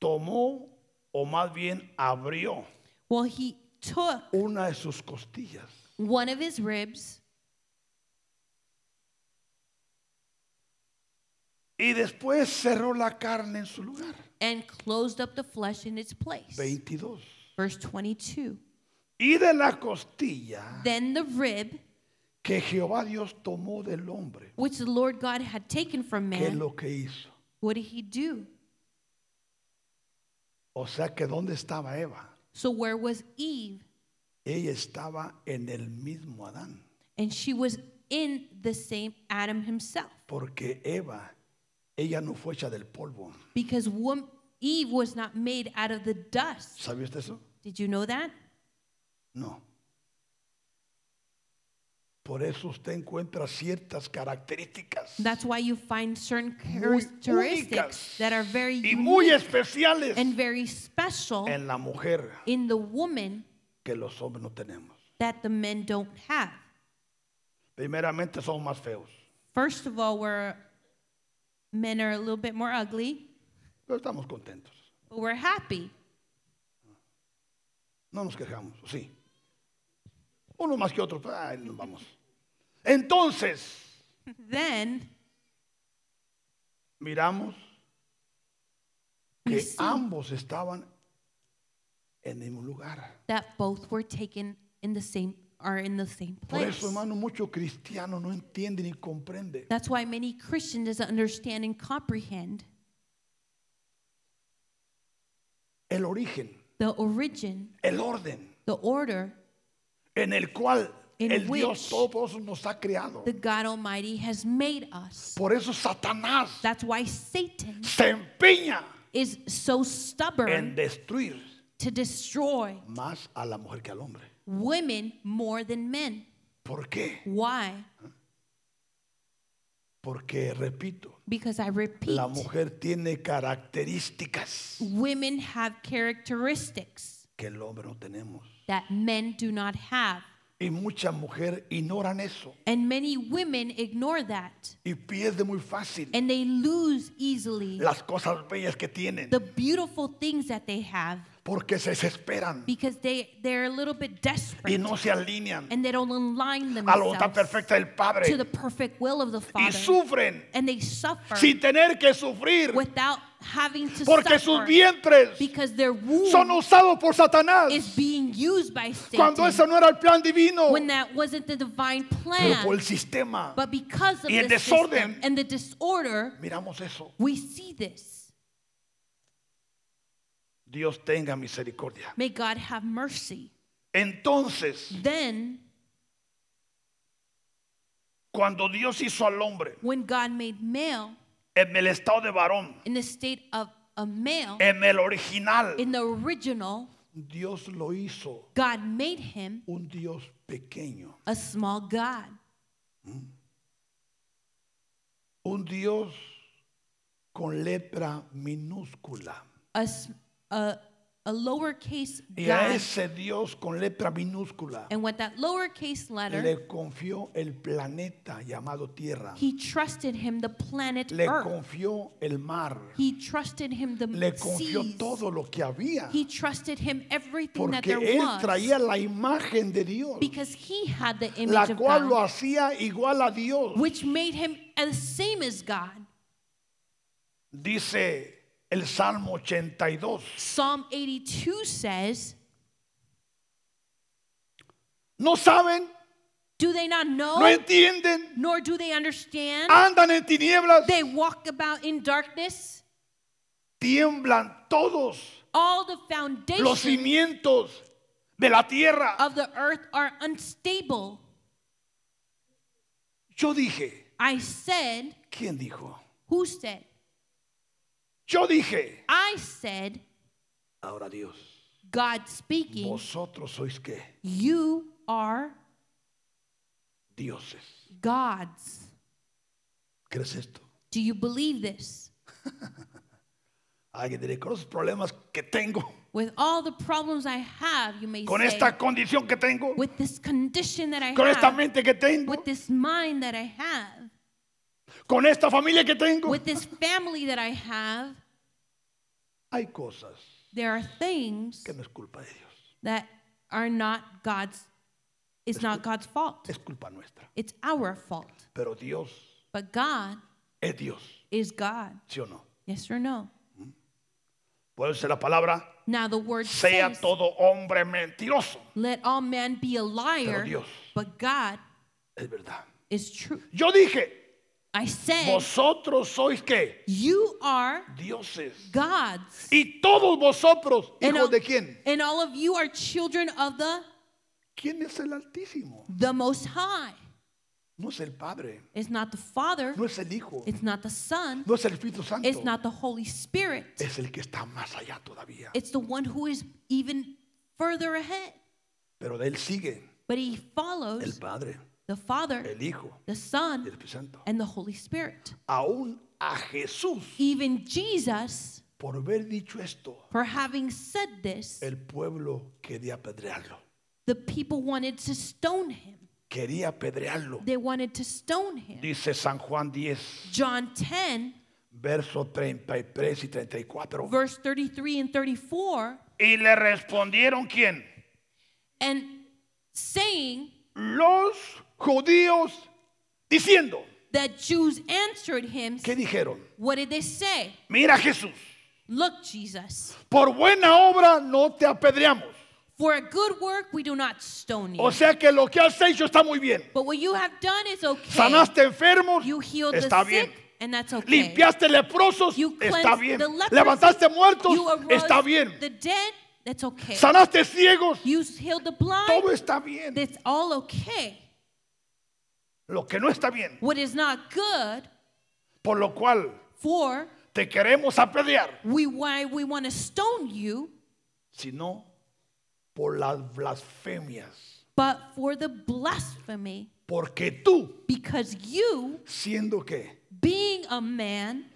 [SPEAKER 1] tomó o más bien abrió
[SPEAKER 2] Well, he took
[SPEAKER 1] una de sus costillas
[SPEAKER 2] one of his ribs
[SPEAKER 1] y después cerró la carne en su lugar
[SPEAKER 2] and closed up the flesh in its place.
[SPEAKER 1] 22
[SPEAKER 2] Verse 22.
[SPEAKER 1] y de la costilla
[SPEAKER 2] Then the rib
[SPEAKER 1] que Jehová Dios tomó del hombre
[SPEAKER 2] which the Lord God had taken from
[SPEAKER 1] ¿Qué es
[SPEAKER 2] man,
[SPEAKER 1] lo que hizo?
[SPEAKER 2] what did he do?
[SPEAKER 1] O sea que ¿dónde estaba Eva?
[SPEAKER 2] So where was Eve?
[SPEAKER 1] Ella estaba en el mismo Adán,
[SPEAKER 2] And she was in the same Adam himself.
[SPEAKER 1] porque Eva, ella no fue hecha del polvo.
[SPEAKER 2] Because wom- Eve was not made out of the dust.
[SPEAKER 1] ¿Sabía usted eso?
[SPEAKER 2] Did you know that?
[SPEAKER 1] No. Por eso usted encuentra ciertas características
[SPEAKER 2] That's why you find certain
[SPEAKER 1] muy
[SPEAKER 2] characteristics
[SPEAKER 1] únicas
[SPEAKER 2] that are very
[SPEAKER 1] y muy
[SPEAKER 2] unique
[SPEAKER 1] especiales
[SPEAKER 2] and very special
[SPEAKER 1] en la mujer
[SPEAKER 2] in the woman
[SPEAKER 1] que los hombres no tenemos.
[SPEAKER 2] that the men don't have.
[SPEAKER 1] Primeramente somos más feos,
[SPEAKER 2] First of all, we're men are a little bit more ugly,
[SPEAKER 1] pero estamos contentos.
[SPEAKER 2] but we're happy.
[SPEAKER 1] No nos quejamos, sí. Uno más que otro, pero, ay, nos vamos. Entonces,
[SPEAKER 2] Then
[SPEAKER 1] miramos
[SPEAKER 2] we
[SPEAKER 1] que
[SPEAKER 2] see
[SPEAKER 1] ambos estaban en el mismo lugar.
[SPEAKER 2] that both were taken in the same are in the same
[SPEAKER 1] Por
[SPEAKER 2] place.
[SPEAKER 1] eso, hermano, mucho cristiano no entiende ni comprende.
[SPEAKER 2] That's why many Christian doesn't understand and comprehend
[SPEAKER 1] el origen,
[SPEAKER 2] the origin,
[SPEAKER 1] el orden
[SPEAKER 2] the order
[SPEAKER 1] en el cual
[SPEAKER 2] In
[SPEAKER 1] el Dios
[SPEAKER 2] which
[SPEAKER 1] Todopoderoso nos ha creado.
[SPEAKER 2] the God Almighty has made us.
[SPEAKER 1] Por eso Satanás
[SPEAKER 2] That's why Satan
[SPEAKER 1] se empeña
[SPEAKER 2] is so
[SPEAKER 1] en
[SPEAKER 2] stubborn
[SPEAKER 1] destruir
[SPEAKER 2] to destroy
[SPEAKER 1] más a la mujer que al hombre.
[SPEAKER 2] women more than men.
[SPEAKER 1] ¿Por qué?
[SPEAKER 2] Why?
[SPEAKER 1] Porque, repito,
[SPEAKER 2] Because I repeat,
[SPEAKER 1] la mujer tiene características
[SPEAKER 2] women have characteristics
[SPEAKER 1] que el hombre no tenemos.
[SPEAKER 2] that men do not have.
[SPEAKER 1] Y muchas mujeres ignoran eso
[SPEAKER 2] And many women ignore that
[SPEAKER 1] y pierden muy fácil
[SPEAKER 2] and they lose easily
[SPEAKER 1] las cosas bellas que tienen
[SPEAKER 2] the beautiful things that they have
[SPEAKER 1] porque se desesperan
[SPEAKER 2] because they, they're a little bit
[SPEAKER 1] y
[SPEAKER 2] desperate
[SPEAKER 1] no se alinean
[SPEAKER 2] and they don't align
[SPEAKER 1] a la voluntad
[SPEAKER 2] themselves
[SPEAKER 1] perfecta del
[SPEAKER 2] to
[SPEAKER 1] Padre
[SPEAKER 2] the perfect will of the
[SPEAKER 1] y
[SPEAKER 2] Father.
[SPEAKER 1] sufren
[SPEAKER 2] And they suffer
[SPEAKER 1] sin tener que sufrir
[SPEAKER 2] without having to
[SPEAKER 1] porque sus
[SPEAKER 2] suffer
[SPEAKER 1] vientres
[SPEAKER 2] because their
[SPEAKER 1] son
[SPEAKER 2] womb
[SPEAKER 1] usados por Satanás
[SPEAKER 2] is being used by
[SPEAKER 1] cuando
[SPEAKER 2] Satan
[SPEAKER 1] eso no era el plan divino
[SPEAKER 2] when that wasn't the divine
[SPEAKER 1] pero por el
[SPEAKER 2] plan.
[SPEAKER 1] sistema
[SPEAKER 2] But because of
[SPEAKER 1] Y el
[SPEAKER 2] the
[SPEAKER 1] desorden.
[SPEAKER 2] system and the disorder,
[SPEAKER 1] miramos eso
[SPEAKER 2] we see this.
[SPEAKER 1] Dios tenga misericordia
[SPEAKER 2] May God have mercy.
[SPEAKER 1] entonces
[SPEAKER 2] Then,
[SPEAKER 1] cuando Dios hizo al hombre
[SPEAKER 2] when God made male
[SPEAKER 1] en el estado de varón
[SPEAKER 2] in the state of a male,
[SPEAKER 1] en el original
[SPEAKER 2] in the original,
[SPEAKER 1] Dios lo hizo
[SPEAKER 2] God made him
[SPEAKER 1] un Dios pequeño
[SPEAKER 2] a small God,
[SPEAKER 1] un Dios con letra minúscula
[SPEAKER 2] a, s- a- a lowercase
[SPEAKER 1] y a
[SPEAKER 2] God.
[SPEAKER 1] ese Dios con letra minúscula
[SPEAKER 2] And with that lowercase letter,
[SPEAKER 1] le confió el planeta llamado Tierra.
[SPEAKER 2] he trusted him the planet
[SPEAKER 1] Le
[SPEAKER 2] Earth.
[SPEAKER 1] confió el mar.
[SPEAKER 2] He trusted him the
[SPEAKER 1] Le confió
[SPEAKER 2] seas.
[SPEAKER 1] todo lo que había.
[SPEAKER 2] He trusted him everything that
[SPEAKER 1] Porque
[SPEAKER 2] there
[SPEAKER 1] él
[SPEAKER 2] was.
[SPEAKER 1] traía la imagen de Dios,
[SPEAKER 2] because he had the image
[SPEAKER 1] la
[SPEAKER 2] of God,
[SPEAKER 1] cual lo hacía igual a Dios.
[SPEAKER 2] which made him the same as God.
[SPEAKER 1] Dice el Salmo 82.
[SPEAKER 2] Psalm 82 says,
[SPEAKER 1] No saben,
[SPEAKER 2] Do they not know,
[SPEAKER 1] no entienden,
[SPEAKER 2] nor do they understand?
[SPEAKER 1] andan en tinieblas,
[SPEAKER 2] They walk about in darkness.
[SPEAKER 1] tiemblan todos
[SPEAKER 2] All the
[SPEAKER 1] los
[SPEAKER 2] foundations
[SPEAKER 1] cimientos de la tierra.
[SPEAKER 2] of the earth are unstable.
[SPEAKER 1] Yo dije,
[SPEAKER 2] I said,
[SPEAKER 1] ¿quién dijo?
[SPEAKER 2] Who said?
[SPEAKER 1] Yo dije,
[SPEAKER 2] I said,
[SPEAKER 1] ahora Dios.
[SPEAKER 2] God speaking,
[SPEAKER 1] Vosotros sois qué?
[SPEAKER 2] you are
[SPEAKER 1] Dioses.
[SPEAKER 2] gods.
[SPEAKER 1] ¿Crees esto?
[SPEAKER 2] Do you believe this?
[SPEAKER 1] Alguien diré, con los problemas que tengo,
[SPEAKER 2] With all the problems I have, you may
[SPEAKER 1] con
[SPEAKER 2] say,
[SPEAKER 1] esta condición que tengo,
[SPEAKER 2] with this condition that I
[SPEAKER 1] con esta
[SPEAKER 2] have,
[SPEAKER 1] mente que tengo,
[SPEAKER 2] with this mind that I have,
[SPEAKER 1] con esta familia que tengo.
[SPEAKER 2] with this family that I have,
[SPEAKER 1] Hay cosas
[SPEAKER 2] there are things
[SPEAKER 1] que no es culpa de Dios,
[SPEAKER 2] that are not God's, it's not God's fault.
[SPEAKER 1] es culpa nuestra.
[SPEAKER 2] It's our fault.
[SPEAKER 1] Pero Dios
[SPEAKER 2] But God
[SPEAKER 1] es Dios,
[SPEAKER 2] is God.
[SPEAKER 1] ¿sí o no?
[SPEAKER 2] Yes or no?
[SPEAKER 1] Por eso la palabra,
[SPEAKER 2] Now the word
[SPEAKER 1] sea
[SPEAKER 2] says,
[SPEAKER 1] todo hombre mentiroso.
[SPEAKER 2] let all man be a liar,
[SPEAKER 1] Pero Dios.
[SPEAKER 2] but God
[SPEAKER 1] Es verdad.
[SPEAKER 2] is true.
[SPEAKER 1] Yo dije,
[SPEAKER 2] I said,
[SPEAKER 1] vosotros sois qué?
[SPEAKER 2] you are
[SPEAKER 1] Dioses.
[SPEAKER 2] gods.
[SPEAKER 1] Y todos vosotros,
[SPEAKER 2] And all-
[SPEAKER 1] hijos de quién?
[SPEAKER 2] And all of you are children of the
[SPEAKER 1] ¿Quién es el Altísimo?
[SPEAKER 2] the Most High.
[SPEAKER 1] No es el Padre,
[SPEAKER 2] It's not the Father.
[SPEAKER 1] no es el Hijo,
[SPEAKER 2] It's not the Son.
[SPEAKER 1] no es el Espíritu Santo.
[SPEAKER 2] It's not the Holy Spirit.
[SPEAKER 1] Es el que está más allá todavía.
[SPEAKER 2] It's the one who is even further ahead.
[SPEAKER 1] Pero de él sigue
[SPEAKER 2] But he
[SPEAKER 1] el
[SPEAKER 2] follows
[SPEAKER 1] Padre,
[SPEAKER 2] the Father,
[SPEAKER 1] el Hijo
[SPEAKER 2] the
[SPEAKER 1] y el
[SPEAKER 2] Son,
[SPEAKER 1] Espíritu Santo.
[SPEAKER 2] and the Holy Spirit.
[SPEAKER 1] Aún a Jesús,
[SPEAKER 2] Even Jesus,
[SPEAKER 1] por haber dicho esto,
[SPEAKER 2] for having said this,
[SPEAKER 1] el pueblo quería apedrearlo.
[SPEAKER 2] the people wanted to stone him.
[SPEAKER 1] Quería apedrearlo.
[SPEAKER 2] They wanted to stone him.
[SPEAKER 1] Dice San Juan 10,
[SPEAKER 2] John 10,
[SPEAKER 1] versos 33 y 34.
[SPEAKER 2] verse 33 and 34.
[SPEAKER 1] Y le respondieron quién?
[SPEAKER 2] and saying
[SPEAKER 1] Los judíos diciendo,
[SPEAKER 2] that Jews answered him,
[SPEAKER 1] ¿qué dijeron?
[SPEAKER 2] What did they say?
[SPEAKER 1] Mira Jesús,
[SPEAKER 2] Look, Jesus,
[SPEAKER 1] por buena obra no te apedreamos.
[SPEAKER 2] for a good work we do not stone you.
[SPEAKER 1] O sea que lo que has hecho está muy bien.
[SPEAKER 2] but what you have done is okay.
[SPEAKER 1] Sanaste enfermos,
[SPEAKER 2] You healed
[SPEAKER 1] está
[SPEAKER 2] the
[SPEAKER 1] bien.
[SPEAKER 2] sick, and that's okay.
[SPEAKER 1] Limpiaste leprosos,
[SPEAKER 2] You
[SPEAKER 1] está
[SPEAKER 2] cleansed
[SPEAKER 1] bien.
[SPEAKER 2] the leprosy.
[SPEAKER 1] Levantaste muertos,
[SPEAKER 2] you arose
[SPEAKER 1] está bien.
[SPEAKER 2] the dead, that's okay.
[SPEAKER 1] Sanaste ciegos,
[SPEAKER 2] you healed the blind,
[SPEAKER 1] todo está bien.
[SPEAKER 2] that's all okay.
[SPEAKER 1] Lo que no está bien,
[SPEAKER 2] What is not good
[SPEAKER 1] por lo cual
[SPEAKER 2] for
[SPEAKER 1] te queremos apedrear,
[SPEAKER 2] we why we want to stone you,
[SPEAKER 1] sino por las blasfemias.
[SPEAKER 2] but for the blasphemy,
[SPEAKER 1] Porque tú,
[SPEAKER 2] because you,
[SPEAKER 1] siendo que
[SPEAKER 2] being a man,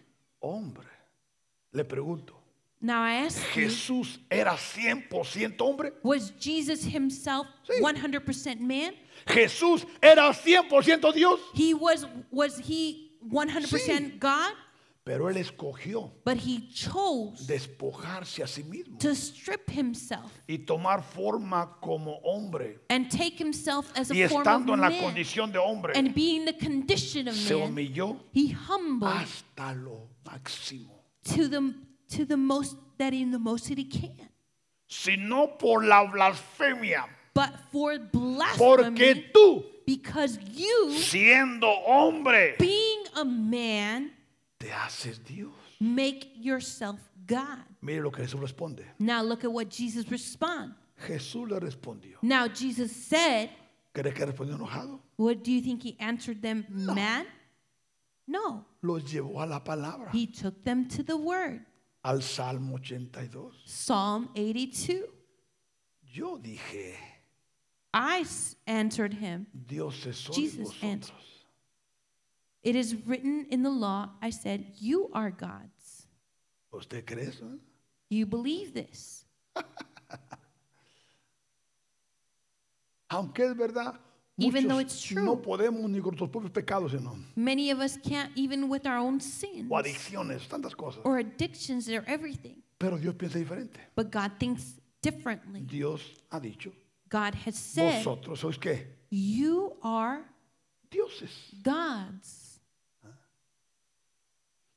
[SPEAKER 1] hombre, le pregunto,
[SPEAKER 2] now I ask you,
[SPEAKER 1] ¿Jesús era 100% hombre?
[SPEAKER 2] was Jesus himself
[SPEAKER 1] Sí.
[SPEAKER 2] 100% man?
[SPEAKER 1] ¿Jesús era 100% Dios?
[SPEAKER 2] He was was he 100% God,
[SPEAKER 1] Pero él escogió
[SPEAKER 2] but he chose
[SPEAKER 1] despojarse a sí mismo
[SPEAKER 2] to strip himself
[SPEAKER 1] y tomar forma como hombre.
[SPEAKER 2] and take himself as
[SPEAKER 1] Y
[SPEAKER 2] a form of
[SPEAKER 1] estando en la
[SPEAKER 2] man
[SPEAKER 1] condición de hombre,
[SPEAKER 2] and being the condition of
[SPEAKER 1] se
[SPEAKER 2] man,
[SPEAKER 1] humilló
[SPEAKER 2] he humbled
[SPEAKER 1] hasta lo máximo.
[SPEAKER 2] to the to the most that in the most that he can.
[SPEAKER 1] Sino por la blasfemia.
[SPEAKER 2] But for blasphemy,
[SPEAKER 1] Porque tú,
[SPEAKER 2] because you,
[SPEAKER 1] siendo hombre,
[SPEAKER 2] being a man,
[SPEAKER 1] te haces Dios.
[SPEAKER 2] make yourself God.
[SPEAKER 1] Mire lo que Jesús responde.
[SPEAKER 2] Now look at what Jesus respond.
[SPEAKER 1] Jesús le respondió.
[SPEAKER 2] Now Jesus said,
[SPEAKER 1] ¿Crees que respondió enojado?
[SPEAKER 2] what do you think he answered them, man? No.
[SPEAKER 1] Los llevó a la palabra.
[SPEAKER 2] He took them to the word.
[SPEAKER 1] Al Salmo 82.
[SPEAKER 2] Psalm 82.
[SPEAKER 1] Yo dije,
[SPEAKER 2] I s- answered him,
[SPEAKER 1] dioses sois
[SPEAKER 2] Jesus
[SPEAKER 1] vosotros.
[SPEAKER 2] answered. It is written in the law, I said, you are gods.
[SPEAKER 1] ¿Usted cree eso? eh?
[SPEAKER 2] You believe this.
[SPEAKER 1] Aunque es verdad,
[SPEAKER 2] Even though
[SPEAKER 1] muchos
[SPEAKER 2] it's true.
[SPEAKER 1] no podemos ni con nuestros propios pecados, sino,
[SPEAKER 2] Many of us can't even with our own sins
[SPEAKER 1] o adicciones, tantas cosas.
[SPEAKER 2] or addictions or everything.
[SPEAKER 1] Pero Dios piensa diferente.
[SPEAKER 2] But God thinks differently.
[SPEAKER 1] Dios ha dicho,
[SPEAKER 2] God has said,
[SPEAKER 1] vosotros sois qué?
[SPEAKER 2] You are
[SPEAKER 1] Dioses.
[SPEAKER 2] gods.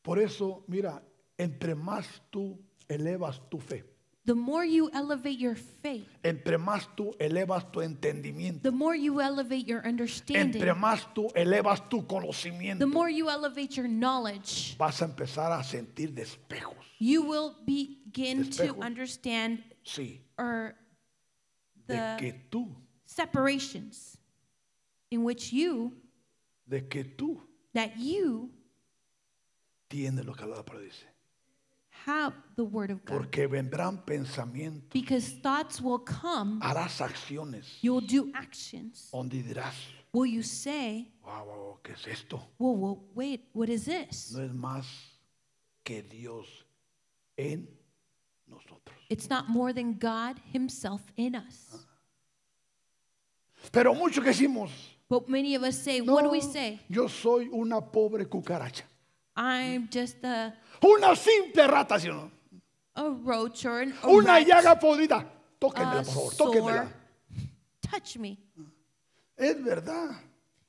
[SPEAKER 1] Por eso, mira, entre más tú elevas tu fe,
[SPEAKER 2] The more you elevate your faith,
[SPEAKER 1] entre más tú elevas tu entendimiento,
[SPEAKER 2] the more you elevate your
[SPEAKER 1] entre
[SPEAKER 2] understanding,
[SPEAKER 1] más tú elevas tu
[SPEAKER 2] the
[SPEAKER 1] conocimiento,
[SPEAKER 2] more you elevate your knowledge,
[SPEAKER 1] vas a empezar a sentir despejos.
[SPEAKER 2] you will begin to
[SPEAKER 1] Espejo.
[SPEAKER 2] understand
[SPEAKER 1] Sí,
[SPEAKER 2] or
[SPEAKER 1] de
[SPEAKER 2] the
[SPEAKER 1] que tú,
[SPEAKER 2] separations in which you,
[SPEAKER 1] de que tú
[SPEAKER 2] that you
[SPEAKER 1] tienes lo que la palabra dice.
[SPEAKER 2] have the word of God.
[SPEAKER 1] Porque vendrán pensamientos,
[SPEAKER 2] Because thoughts will come,
[SPEAKER 1] harás acciones,
[SPEAKER 2] you'll do actions.
[SPEAKER 1] donde dirás,
[SPEAKER 2] Will you say,
[SPEAKER 1] wow, wow, wow, ¿qué es esto?
[SPEAKER 2] Whoa, whoa, wait, what is this?
[SPEAKER 1] No es más que Dios en nosotros.
[SPEAKER 2] It's not more than God Himself in
[SPEAKER 1] Ah.
[SPEAKER 2] us.
[SPEAKER 1] Pero mucho que hicimos,
[SPEAKER 2] But many of us say, What do we
[SPEAKER 1] "No,
[SPEAKER 2] say?
[SPEAKER 1] yo soy una pobre cucaracha,
[SPEAKER 2] I'm just a,
[SPEAKER 1] una simple rata, ¿sí o no?
[SPEAKER 2] a roach or an a
[SPEAKER 1] una
[SPEAKER 2] rat,
[SPEAKER 1] llaga podrida.
[SPEAKER 2] a
[SPEAKER 1] Tóquenmela, por favor,
[SPEAKER 2] Oh sore.
[SPEAKER 1] tóquenmela.
[SPEAKER 2] Touch me.
[SPEAKER 1] Es verdad,